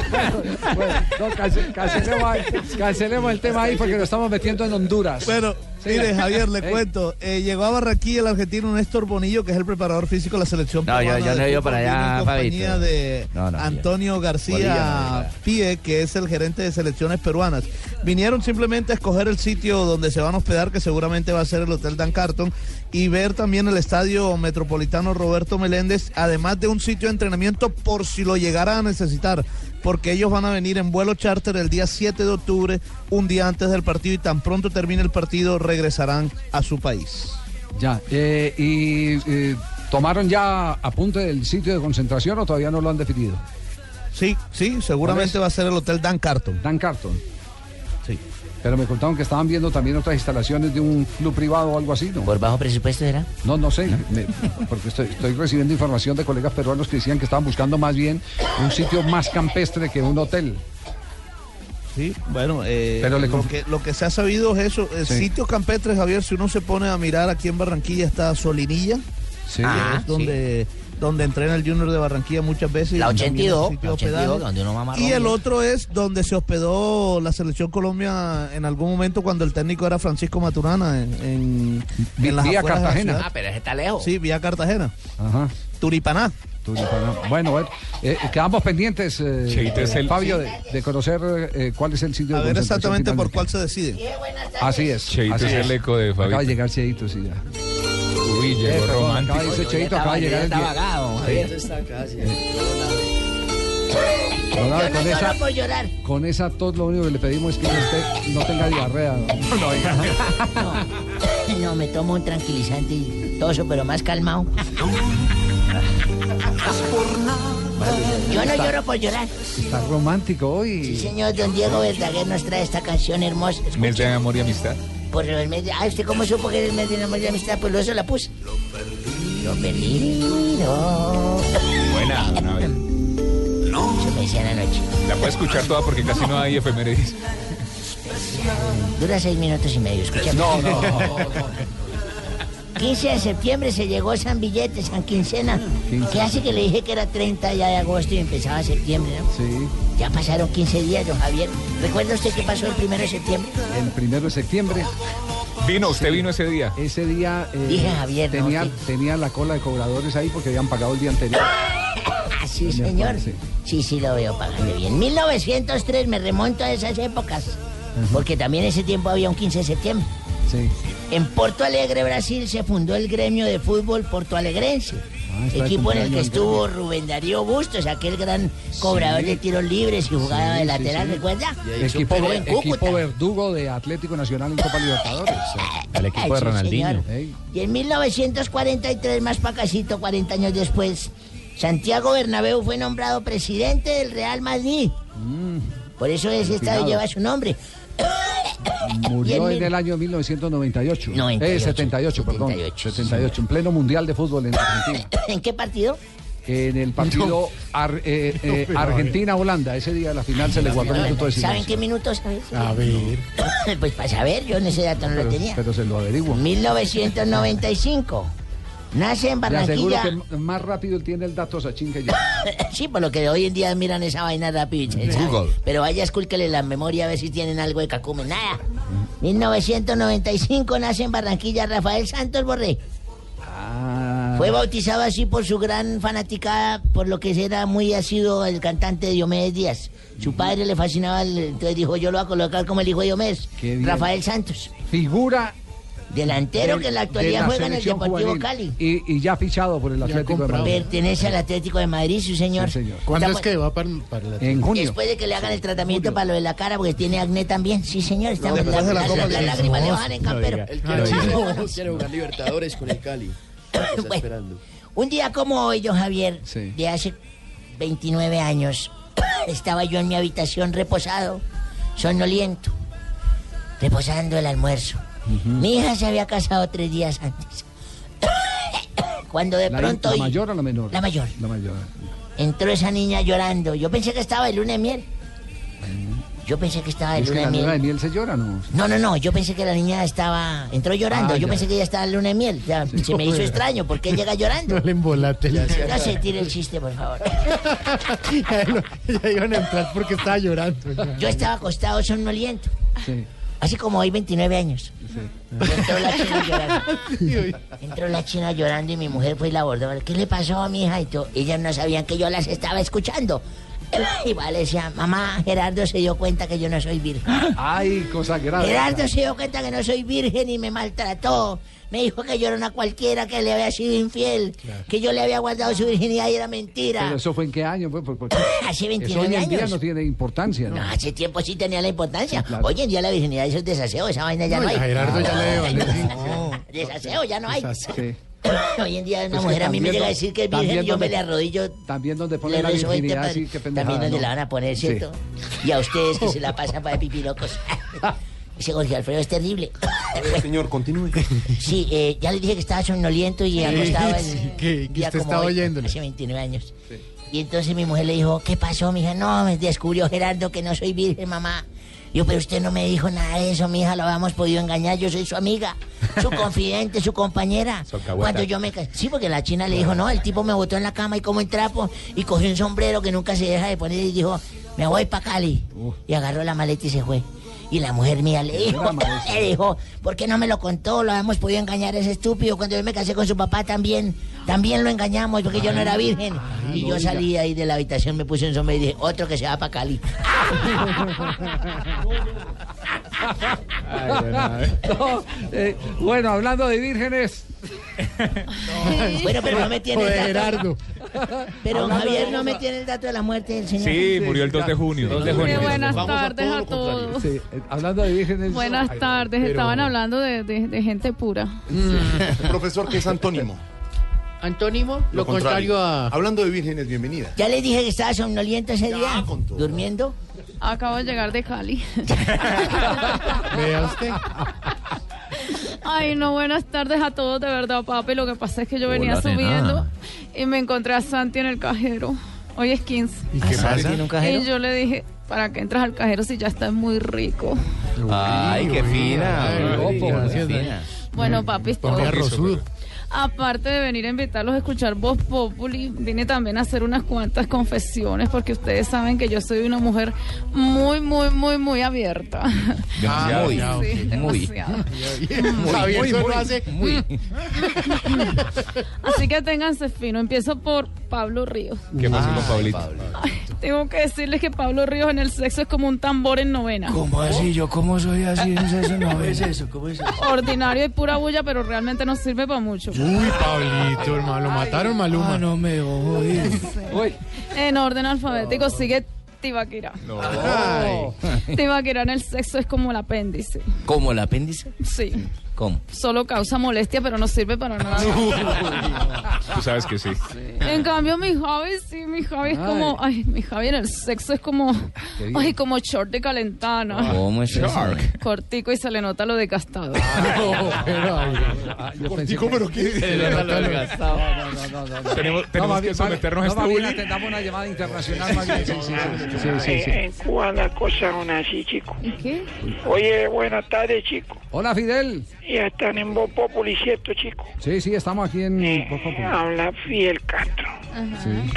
[SPEAKER 4] Bueno, no, cance- cancelemos, cancelemos el tema ahí porque lo estamos metiendo en Honduras.
[SPEAKER 20] Bueno,
[SPEAKER 4] Sí.
[SPEAKER 20] mire, Javier, le
[SPEAKER 4] Eh,
[SPEAKER 20] cuento. eh, llegó a Barranquilla el argentino Néstor Bonillo, que es el preparador físico de la selección.
[SPEAKER 13] No, yo-
[SPEAKER 20] peruana
[SPEAKER 13] yo no
[SPEAKER 20] de
[SPEAKER 13] he ido
[SPEAKER 20] fútbol,
[SPEAKER 13] para allá,
[SPEAKER 20] vino en compañía
[SPEAKER 13] Fabito.
[SPEAKER 20] de
[SPEAKER 13] No, no, yo-
[SPEAKER 20] Antonio
[SPEAKER 13] Bonilla no,
[SPEAKER 20] García Pie, que es el gerente de selecciones peruanas. Vinieron simplemente a escoger el sitio donde se van a hospedar, que seguramente va a ser el Hotel Dan Carton, y ver también el estadio metropolitano Roberto Meléndez, además de un sitio de entrenamiento por si lo llegara a necesitar, porque ellos van a venir en vuelo charter el día 7 de octubre, un día antes del partido, y tan pronto termine el partido regresarán a su país.
[SPEAKER 4] Ya, eh, y eh, tomaron ya apunte del sitio de concentración o todavía no lo han definido.
[SPEAKER 20] Sí, sí, seguramente va a ser el hotel Dan Carton.
[SPEAKER 4] Dan Carton.
[SPEAKER 20] Sí.
[SPEAKER 4] Pero me contaron que estaban viendo también otras instalaciones de un club privado o algo así, ¿no?
[SPEAKER 15] ¿Por bajo presupuesto era?
[SPEAKER 4] No, no sé, me- porque estoy, estoy recibiendo información de colegas peruanos que decían que estaban buscando más bien un sitio más campestre que un hotel.
[SPEAKER 20] Sí, bueno, eh,
[SPEAKER 4] Pero le
[SPEAKER 20] lo,
[SPEAKER 4] conf-
[SPEAKER 20] que, lo que se ha sabido es eso. eh,
[SPEAKER 4] Sí.
[SPEAKER 20] Sitios campestres, Javier, si uno se pone a mirar aquí en Barranquilla está Solinilla,
[SPEAKER 4] Sí.
[SPEAKER 20] que
[SPEAKER 15] Ah,
[SPEAKER 20] es donde, donde entrena el Junior de Barranquilla muchas veces.
[SPEAKER 15] La
[SPEAKER 20] y también
[SPEAKER 15] 82,
[SPEAKER 20] es sitio
[SPEAKER 15] la
[SPEAKER 20] de
[SPEAKER 15] 82,
[SPEAKER 20] hospedaje.
[SPEAKER 15] donde uno mama
[SPEAKER 20] Y el
[SPEAKER 15] Romeo.
[SPEAKER 20] otro es donde se hospedó la Selección Colombia en algún momento cuando el técnico era Francisco Maturana en, en,
[SPEAKER 4] Vi-
[SPEAKER 20] en las
[SPEAKER 4] vía
[SPEAKER 20] afueras de la
[SPEAKER 4] Cartagena.
[SPEAKER 20] ciudad.
[SPEAKER 15] Ah, pero ese está lejos.
[SPEAKER 20] Sí, vía Cartagena.
[SPEAKER 4] Ajá.
[SPEAKER 20] Turipaná.
[SPEAKER 4] Tulipana. Bueno, eh, eh, quedamos pendientes, eh,
[SPEAKER 11] Cheito este es el-
[SPEAKER 4] Fabio, de, de conocer eh, cuál es el sitio
[SPEAKER 20] A
[SPEAKER 4] de
[SPEAKER 20] ver
[SPEAKER 4] concentración
[SPEAKER 20] exactamente por
[SPEAKER 4] finalmente.
[SPEAKER 20] cuál se decide.
[SPEAKER 4] Así es.
[SPEAKER 11] Cheito
[SPEAKER 4] así
[SPEAKER 11] este es el eco de Fabito.
[SPEAKER 4] Acaba de llegar Cheito, sí, ya.
[SPEAKER 11] Uy,
[SPEAKER 4] Eh,
[SPEAKER 11] llegó
[SPEAKER 4] perdón,
[SPEAKER 11] romántico.
[SPEAKER 4] acaba de decir Cheito, acaba de llegar el
[SPEAKER 15] Está
[SPEAKER 4] día.
[SPEAKER 15] vagado.
[SPEAKER 7] Javier está acá, sí.
[SPEAKER 4] No, no,
[SPEAKER 15] Yo no
[SPEAKER 4] con, esa,
[SPEAKER 15] lloro por llorar.
[SPEAKER 4] con esa tos lo único que le pedimos es que usted no tenga diarrea. ¿no?
[SPEAKER 15] No, me tomo un tranquilizante y todo eso, pero más calmado. Yo no lloro por llorar.
[SPEAKER 4] Está romántico
[SPEAKER 15] Sí,
[SPEAKER 4] hoy.
[SPEAKER 15] señor, don Diego Verdaguer nos trae esta canción hermosa.
[SPEAKER 11] Mes de
[SPEAKER 15] Escucha,
[SPEAKER 11] amor y amistad.
[SPEAKER 15] por el mes de... Ah, ¿usted cómo supo que era el mes de amor y amistad? Pues eso la puse. Lo perdido.
[SPEAKER 11] Buena, una vez.
[SPEAKER 15] Eso me decía la noche.
[SPEAKER 11] La puedes escuchar toda porque casi no hay efemérides.
[SPEAKER 15] Dura seis minutos y medio, escucha.
[SPEAKER 4] No, no, no,
[SPEAKER 15] 15 de septiembre se llegó San Billete, San Quincena. Que hace que le dije que era 30 ya de agosto y empezaba septiembre, ¿no?
[SPEAKER 4] Sí,
[SPEAKER 15] Ya pasaron 15 días, don Javier. ¿Recuerda usted qué pasó el primero de septiembre?
[SPEAKER 4] el primero de septiembre.
[SPEAKER 11] Vino, usted vino ese día.
[SPEAKER 4] Ese día eh,
[SPEAKER 15] Dije, Javier, no,
[SPEAKER 4] tenía,
[SPEAKER 15] sí.
[SPEAKER 4] tenía la cola de cobradores ahí porque habían pagado el día anterior.
[SPEAKER 15] Ah, sí,
[SPEAKER 4] Me
[SPEAKER 15] señor.
[SPEAKER 4] acuerdo, sí.
[SPEAKER 15] Sí, sí, lo veo pagando bien. 1903, me remonto a esas épocas.
[SPEAKER 17] porque también ese tiempo había un 15 de septiembre.
[SPEAKER 4] Sí.
[SPEAKER 17] En Porto Alegre, Brasil, se fundó el gremio de fútbol portoalegrense.
[SPEAKER 4] Ah, está de
[SPEAKER 17] equipo en el que
[SPEAKER 4] cumpleaños,
[SPEAKER 17] estuvo Rubén Darío Bustos, aquel gran cobrador
[SPEAKER 4] Sí.
[SPEAKER 17] de tiros libres y jugaba
[SPEAKER 4] Sí,
[SPEAKER 17] de
[SPEAKER 4] sí,
[SPEAKER 17] lateral,
[SPEAKER 4] sí.
[SPEAKER 17] ¿recuerda?
[SPEAKER 4] Equipo,
[SPEAKER 17] Jugó en
[SPEAKER 4] equipo
[SPEAKER 17] Cúcuta.
[SPEAKER 4] verdugo de Atlético Nacional en Copa Libertadores.
[SPEAKER 17] El equipo de Sí, Ronaldinho. señor. Y en 1943, más pacasito, 40 años después, Santiago Bernabéu fue nombrado presidente del Real Madrid. Por eso ese
[SPEAKER 4] Mm. Empinado.
[SPEAKER 17] estadio lleva su nombre.
[SPEAKER 4] Murió
[SPEAKER 17] Bien,
[SPEAKER 4] en el año 1998.
[SPEAKER 17] 98.
[SPEAKER 4] Eh, 78, perdón. 78, en pleno mundial de fútbol en Argentina.
[SPEAKER 17] ¿En qué partido?
[SPEAKER 4] En el partido Ar- eh, eh,
[SPEAKER 17] No, pero,
[SPEAKER 4] Argentina-Holanda, ese día de la final se le guardó un minuto de
[SPEAKER 17] ¿Saben
[SPEAKER 4] silencio.
[SPEAKER 17] qué minuto sabes?
[SPEAKER 4] A ver.
[SPEAKER 17] pues para saber, yo en ese dato no lo
[SPEAKER 4] Pero,
[SPEAKER 17] tenía.
[SPEAKER 4] pero se lo averiguo.
[SPEAKER 17] 1995. Nace en
[SPEAKER 4] Le aseguro
[SPEAKER 17] Barranquilla.
[SPEAKER 4] que m- más rápido él tiene el dato Sachin que yo.
[SPEAKER 17] Sí, por lo que hoy en día miran esa vaina rápido. y se sabe.
[SPEAKER 4] Google.
[SPEAKER 17] Pero vaya, escúlquele la memoria a ver si tienen algo de cacumen. Nada. 1995 nace en Barranquilla Rafael Santos Borré.
[SPEAKER 4] Ah.
[SPEAKER 17] Fue bautizado así por su gran fanaticada, por lo que era muy asiduo el cantante Diomedes Díaz. Su padre le fascinaba, el- entonces dijo, yo lo voy a colocar como el hijo de Diomedes,
[SPEAKER 4] Qué bien.
[SPEAKER 17] Rafael Santos.
[SPEAKER 4] Figura
[SPEAKER 17] Delantero
[SPEAKER 4] del-
[SPEAKER 17] que en la
[SPEAKER 4] de
[SPEAKER 17] actualidad juega en el
[SPEAKER 4] selección
[SPEAKER 17] Deportivo
[SPEAKER 4] juvenil.
[SPEAKER 17] Cali.
[SPEAKER 4] Y, y ya fichado por el Atlético de Madrid.
[SPEAKER 17] Pertenece al Atlético de Madrid, sí, señor.
[SPEAKER 4] Sí, señor.
[SPEAKER 17] ¿Cuándo es que
[SPEAKER 4] va para, el En junio.
[SPEAKER 17] Después de que le hagan el tratamiento para lo de la cara, porque tiene acné también. Sí, señor. Está la, la, la- la lágrima le bajan en campero.
[SPEAKER 7] Él quiere, jugar- quiere jugar Libertadores con el Cali. Está esperando.
[SPEAKER 17] Un día como hoy, don Javier, de hace 29 años, estaba yo en mi habitación reposado, sonoliento, reposando el almuerzo. Mi hija se había casado tres días antes. Cuando de
[SPEAKER 4] La,
[SPEAKER 17] pronto
[SPEAKER 4] la
[SPEAKER 17] oí-
[SPEAKER 4] mayor o la menor?
[SPEAKER 17] La mayor.
[SPEAKER 4] La mayor.
[SPEAKER 17] entró esa niña llorando. Yo pensé que estaba de luna de miel. Yo pensé que estaba de
[SPEAKER 4] ¿Es que
[SPEAKER 17] luna de
[SPEAKER 4] la luna de
[SPEAKER 17] miel.
[SPEAKER 4] miel se llora no?
[SPEAKER 17] No, no, no, yo pensé que la niña estaba. Entró llorando.
[SPEAKER 4] Ah,
[SPEAKER 17] yo
[SPEAKER 4] ya.
[SPEAKER 17] pensé que ella estaba de luna de miel. Ya, Se me hizo extraño, ¿por qué llega llorando?
[SPEAKER 27] le embolate.
[SPEAKER 17] No se tire el chiste, por favor.
[SPEAKER 27] ya, lo- ya iban a entrar porque estaba llorando. ya.
[SPEAKER 17] Yo estaba acostado somnoliento. Así como hoy, 29 años. Y Entró la china llorando. Entró la china llorando y mi mujer fue y la abordó. ¿Qué le pasó a mi hija? Y todo. Ellas no sabían que yo las estaba escuchando. Y vale, decía, mamá, Gerardo se dio cuenta que yo no soy virgen.
[SPEAKER 4] Ay, cosa grave.
[SPEAKER 17] Gerardo se dio cuenta que no soy virgen y me maltrató. Me dijo que yo era una cualquiera, que le había sido infiel, que yo le había guardado su virginidad y era mentira.
[SPEAKER 4] Pero eso fue en qué año? Fue, Por- por-
[SPEAKER 17] Hace
[SPEAKER 4] eso hoy
[SPEAKER 17] 29
[SPEAKER 4] en día
[SPEAKER 17] años.
[SPEAKER 4] no tiene importancia. ¿no?
[SPEAKER 17] No, hace tiempo sí tenía la importancia. Oye, ya la virginidad eso es desaseo, esa vaina ya no,
[SPEAKER 4] No, y
[SPEAKER 17] hay.
[SPEAKER 4] a Gerardo ya le vale, sí.
[SPEAKER 17] Desaseo ya no hay.
[SPEAKER 4] Sí.
[SPEAKER 17] Hoy en día una
[SPEAKER 4] Es que
[SPEAKER 17] mujer Pues a mí me
[SPEAKER 4] también
[SPEAKER 17] llega a
[SPEAKER 4] no-
[SPEAKER 17] decir que es
[SPEAKER 4] también
[SPEAKER 17] virgen, yo
[SPEAKER 4] donde-
[SPEAKER 17] me le arrodillo.
[SPEAKER 4] También donde pone
[SPEAKER 17] le
[SPEAKER 4] la
[SPEAKER 17] rezo veinte
[SPEAKER 4] virginidad,
[SPEAKER 17] padres.
[SPEAKER 4] sí, qué pendejada,
[SPEAKER 17] También donde
[SPEAKER 4] ¿no?
[SPEAKER 17] la van a poner,
[SPEAKER 4] Sí.
[SPEAKER 17] ¿cierto? Y a ustedes que se la pasan para pipi locos. Ese Jorge Alfredo es terrible.
[SPEAKER 20] Señor, continúe.
[SPEAKER 17] Sí, eh, ya le dije que estaba somnoliento y acostado en.
[SPEAKER 20] sí, que- que
[SPEAKER 17] día
[SPEAKER 20] usted
[SPEAKER 17] como
[SPEAKER 20] estaba
[SPEAKER 17] hoy,
[SPEAKER 20] oyéndolo.
[SPEAKER 17] Hace 29 años. Y entonces mi mujer le dijo, ¿qué pasó, mija? No, me descubrió Gerardo que no soy virgen, mamá. Yo, pero usted no me dijo nada de eso, mija, lo habíamos podido engañar, yo soy su amiga, su confidente, su compañera.
[SPEAKER 9] Socahueta.
[SPEAKER 17] Cuando yo me ca- Sí, porque la china le dijo, no, el tipo me botó en la cama y como en trapo, y cogió un sombrero que nunca se deja de poner y dijo, me voy para Cali. Y agarró la maleta y se fue. Y la mujer mía le dijo, le dijo, ¿por qué no me lo contó? Lo habíamos podido engañar a ese estúpido. Cuando yo me casé con su papá también, también lo engañamos porque yo no era virgen. Y
[SPEAKER 9] no
[SPEAKER 17] yo
[SPEAKER 9] diga.
[SPEAKER 17] salí ahí de la habitación, me puse en sombra y dije, otro que se va para Cali.
[SPEAKER 4] No, eh, bueno, hablando de vírgenes.
[SPEAKER 17] bueno, pero no me tiene el
[SPEAKER 4] Gerardo.
[SPEAKER 17] dato. Pero
[SPEAKER 4] Hablando
[SPEAKER 17] Javier
[SPEAKER 4] de
[SPEAKER 17] no me
[SPEAKER 4] otra-
[SPEAKER 17] tiene el dato de la muerte del señor.
[SPEAKER 28] Sí, murió el 2 de junio.
[SPEAKER 12] Muy buenas
[SPEAKER 28] Vamos a
[SPEAKER 12] tardes a todos.
[SPEAKER 4] Sí, eh, hablando de vírgenes.
[SPEAKER 12] Buenas
[SPEAKER 4] Ay,
[SPEAKER 12] tardes,
[SPEAKER 4] pero-
[SPEAKER 12] estaban hablando de, de- de gente pura.
[SPEAKER 20] Profesor, ¿qué es antónimo?
[SPEAKER 17] Antónimo,
[SPEAKER 20] Lo contrario a... Hablando de vírgenes, bienvenida.
[SPEAKER 17] Ya le dije que estaba somnoliento ese día, durmiendo.
[SPEAKER 12] Acabo de llegar de Cali.
[SPEAKER 20] Vea usted.
[SPEAKER 12] Ay, no, buenas tardes a todos, de verdad, papi. Lo que pasa es que yo venía
[SPEAKER 2] Hola, nena.
[SPEAKER 12] subiendo y me encontré a Santi en el cajero. Hoy es 15.
[SPEAKER 2] ¿Y qué pasa? ¿Tiene un cajero?
[SPEAKER 12] Y yo le dije, ¿para qué entras al cajero si ya estás muy rico?
[SPEAKER 2] Ay, qué fina.
[SPEAKER 4] Ay,
[SPEAKER 2] Rodrigo,
[SPEAKER 4] guapo,
[SPEAKER 2] qué
[SPEAKER 4] gracias,
[SPEAKER 2] fina.
[SPEAKER 12] Bueno, papi, todo.
[SPEAKER 2] Ponga rosudo.
[SPEAKER 12] aparte de venir a invitarlos a escuchar Voz Populi, vine también a hacer unas cuantas confesiones porque ustedes saben que yo soy una mujer muy, muy, muy, muy abierta.
[SPEAKER 21] Ah, muy,
[SPEAKER 12] Sí,
[SPEAKER 21] muy.
[SPEAKER 12] demasiado.
[SPEAKER 21] Javier
[SPEAKER 17] muy,
[SPEAKER 21] solo
[SPEAKER 17] muy,
[SPEAKER 21] hace
[SPEAKER 12] Así que ténganse fino. Empiezo por Pablo Ríos.
[SPEAKER 11] ¿Qué pasó con
[SPEAKER 21] Ay,
[SPEAKER 11] Pablito?
[SPEAKER 12] Tengo que decirles que Pablo Ríos en el sexo es como un tambor en novena.
[SPEAKER 2] ¿Cómo así? ¿Yo cómo soy así? ¿Es eso? No,
[SPEAKER 12] ¿Cómo es
[SPEAKER 2] eso? ¿Cómo es eso?
[SPEAKER 12] Ordinario y pura bulla, pero realmente no sirve para mucho.
[SPEAKER 17] Uy, Pablito, hermano, lo mataron
[SPEAKER 2] ah,
[SPEAKER 17] Maluma. no me voy.
[SPEAKER 12] Uy. En orden alfabético sigue Tibaquira. Tibaquira en el sexo es como el apéndice.
[SPEAKER 6] ¿Cómo el apéndice?
[SPEAKER 12] Sí.
[SPEAKER 6] ¿Cómo?
[SPEAKER 12] Solo causa molestia, pero no sirve para nada.
[SPEAKER 11] Tú sabes que sí.
[SPEAKER 12] En cambio, mi Javi, sí, mi Javi es como. Ay, mi Javi en el sexo es como.
[SPEAKER 6] Qué bien.
[SPEAKER 12] Ay, como short de calentana.
[SPEAKER 6] ¿Cómo es eso?
[SPEAKER 12] Cortico y se le nota lo desgastado.
[SPEAKER 11] Cortico, pero ¿qué?
[SPEAKER 4] Se le nota lo desgastado.
[SPEAKER 11] No, no, no, no. Tenemos,
[SPEAKER 4] No,
[SPEAKER 11] tenemos
[SPEAKER 4] más
[SPEAKER 11] que
[SPEAKER 4] bien, vale.
[SPEAKER 11] someternos
[SPEAKER 4] No,
[SPEAKER 11] a este
[SPEAKER 4] más bien
[SPEAKER 11] bullying.
[SPEAKER 4] atendamos una llamada internacional. más bien. Sí, sí, sí, sí, sí, sí.
[SPEAKER 10] Eh, En Cuba las cosas son así, chico.
[SPEAKER 12] ¿Qué?
[SPEAKER 10] Oye, buenas tardes, chico.
[SPEAKER 4] Hola, Fidel.
[SPEAKER 10] Ya están en Voz Populi, ¿cierto, chico?
[SPEAKER 4] Sí, sí, estamos aquí en Voz Populi.
[SPEAKER 10] Habla Fidel Castro.
[SPEAKER 4] Sí.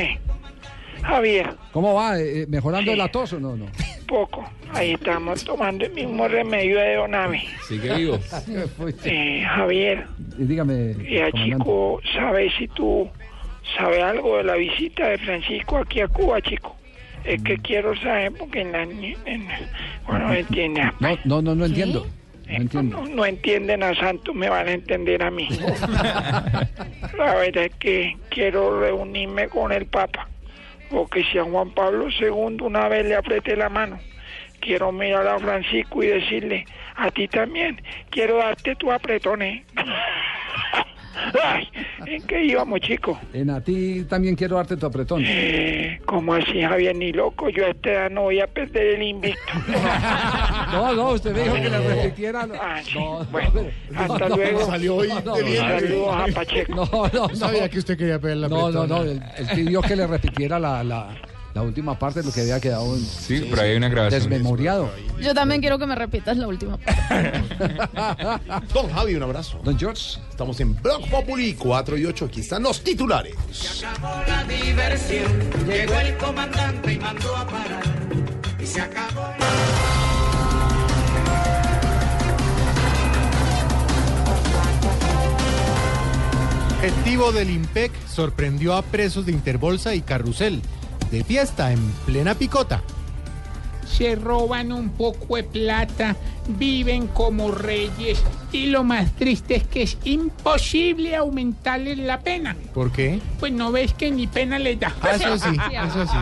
[SPEAKER 10] Eh, Javier,
[SPEAKER 4] ¿Cómo va? Eh, eh, ¿Mejorando el tos o no? no?
[SPEAKER 10] poco. Ahí estamos tomando el mismo remedio de Donave.
[SPEAKER 4] Sigue vivo.
[SPEAKER 10] Eh, Javier,
[SPEAKER 4] Y Dígame,
[SPEAKER 10] ya,
[SPEAKER 4] comandante.
[SPEAKER 10] chico, ¿sabes si tú sabes algo de la visita de Francisco aquí a Cuba, chico? Es que quiero saber porque en la... ni- en- bueno, entiende.
[SPEAKER 4] No, no, no, no entiendo.
[SPEAKER 17] Eh,
[SPEAKER 4] No
[SPEAKER 10] No,
[SPEAKER 4] entiendo.
[SPEAKER 10] no entienden a Santos, me van a entender a mí. La verdad es que quiero reunirme con el Papa, porque si a Juan Pablo II una vez le apreté la mano, quiero mirar a Francisco y decirle, a ti también, quiero darte tu apretón, ¿eh?". Ay, ¿En qué íbamos, chicos?
[SPEAKER 4] En a ti también quiero darte tu apretón.
[SPEAKER 10] Eh, ¿Cómo así, Javier? Ni loco, yo a esta edad no voy a perder el invicto.
[SPEAKER 4] No, no, usted me dijo que le repitiera. No, bueno,
[SPEAKER 10] hasta luego. Salió hoy de bien. Saludos a Pacheco.
[SPEAKER 4] No, no, no.
[SPEAKER 10] sabía que
[SPEAKER 4] usted quería pedir
[SPEAKER 10] la
[SPEAKER 4] No, no, no.
[SPEAKER 10] apretón.
[SPEAKER 4] Él, él pidió que le repitiera la, la, la última parte de lo que había quedado en-
[SPEAKER 11] Sí, pero ahí hay una grabación.
[SPEAKER 4] desmemoriado.
[SPEAKER 12] Yo también quiero que me repitas la última.
[SPEAKER 14] Don Javi, un abrazo.
[SPEAKER 4] Don George.
[SPEAKER 14] Estamos en Block Populi 4 y 8. Aquí están los titulares.
[SPEAKER 21] la diversión. Llegó el comandante y mandó a parar. Y se acabó.
[SPEAKER 17] Objetivo del IMPEC sorprendió a presos de Interbolsa y Carrusel. De fiesta en plena picota.
[SPEAKER 9] se roban un poco de plata, viven como reyes y lo más triste es que es imposible aumentarles la pena.
[SPEAKER 17] ¿Por qué?
[SPEAKER 9] Pues no ves que ni pena les da.
[SPEAKER 17] Ah, eso sí, eso sí.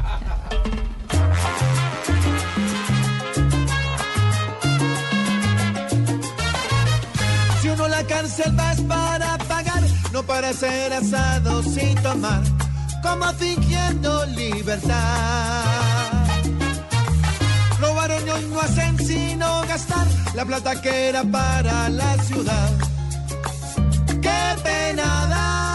[SPEAKER 21] Si uno a la cárcel va es para pagar, no para ser asado sin tomar, como fingiendo libertad. Robaron y hoy no hacen sino gastar la plata que era para la ciudad. ¡Qué penada!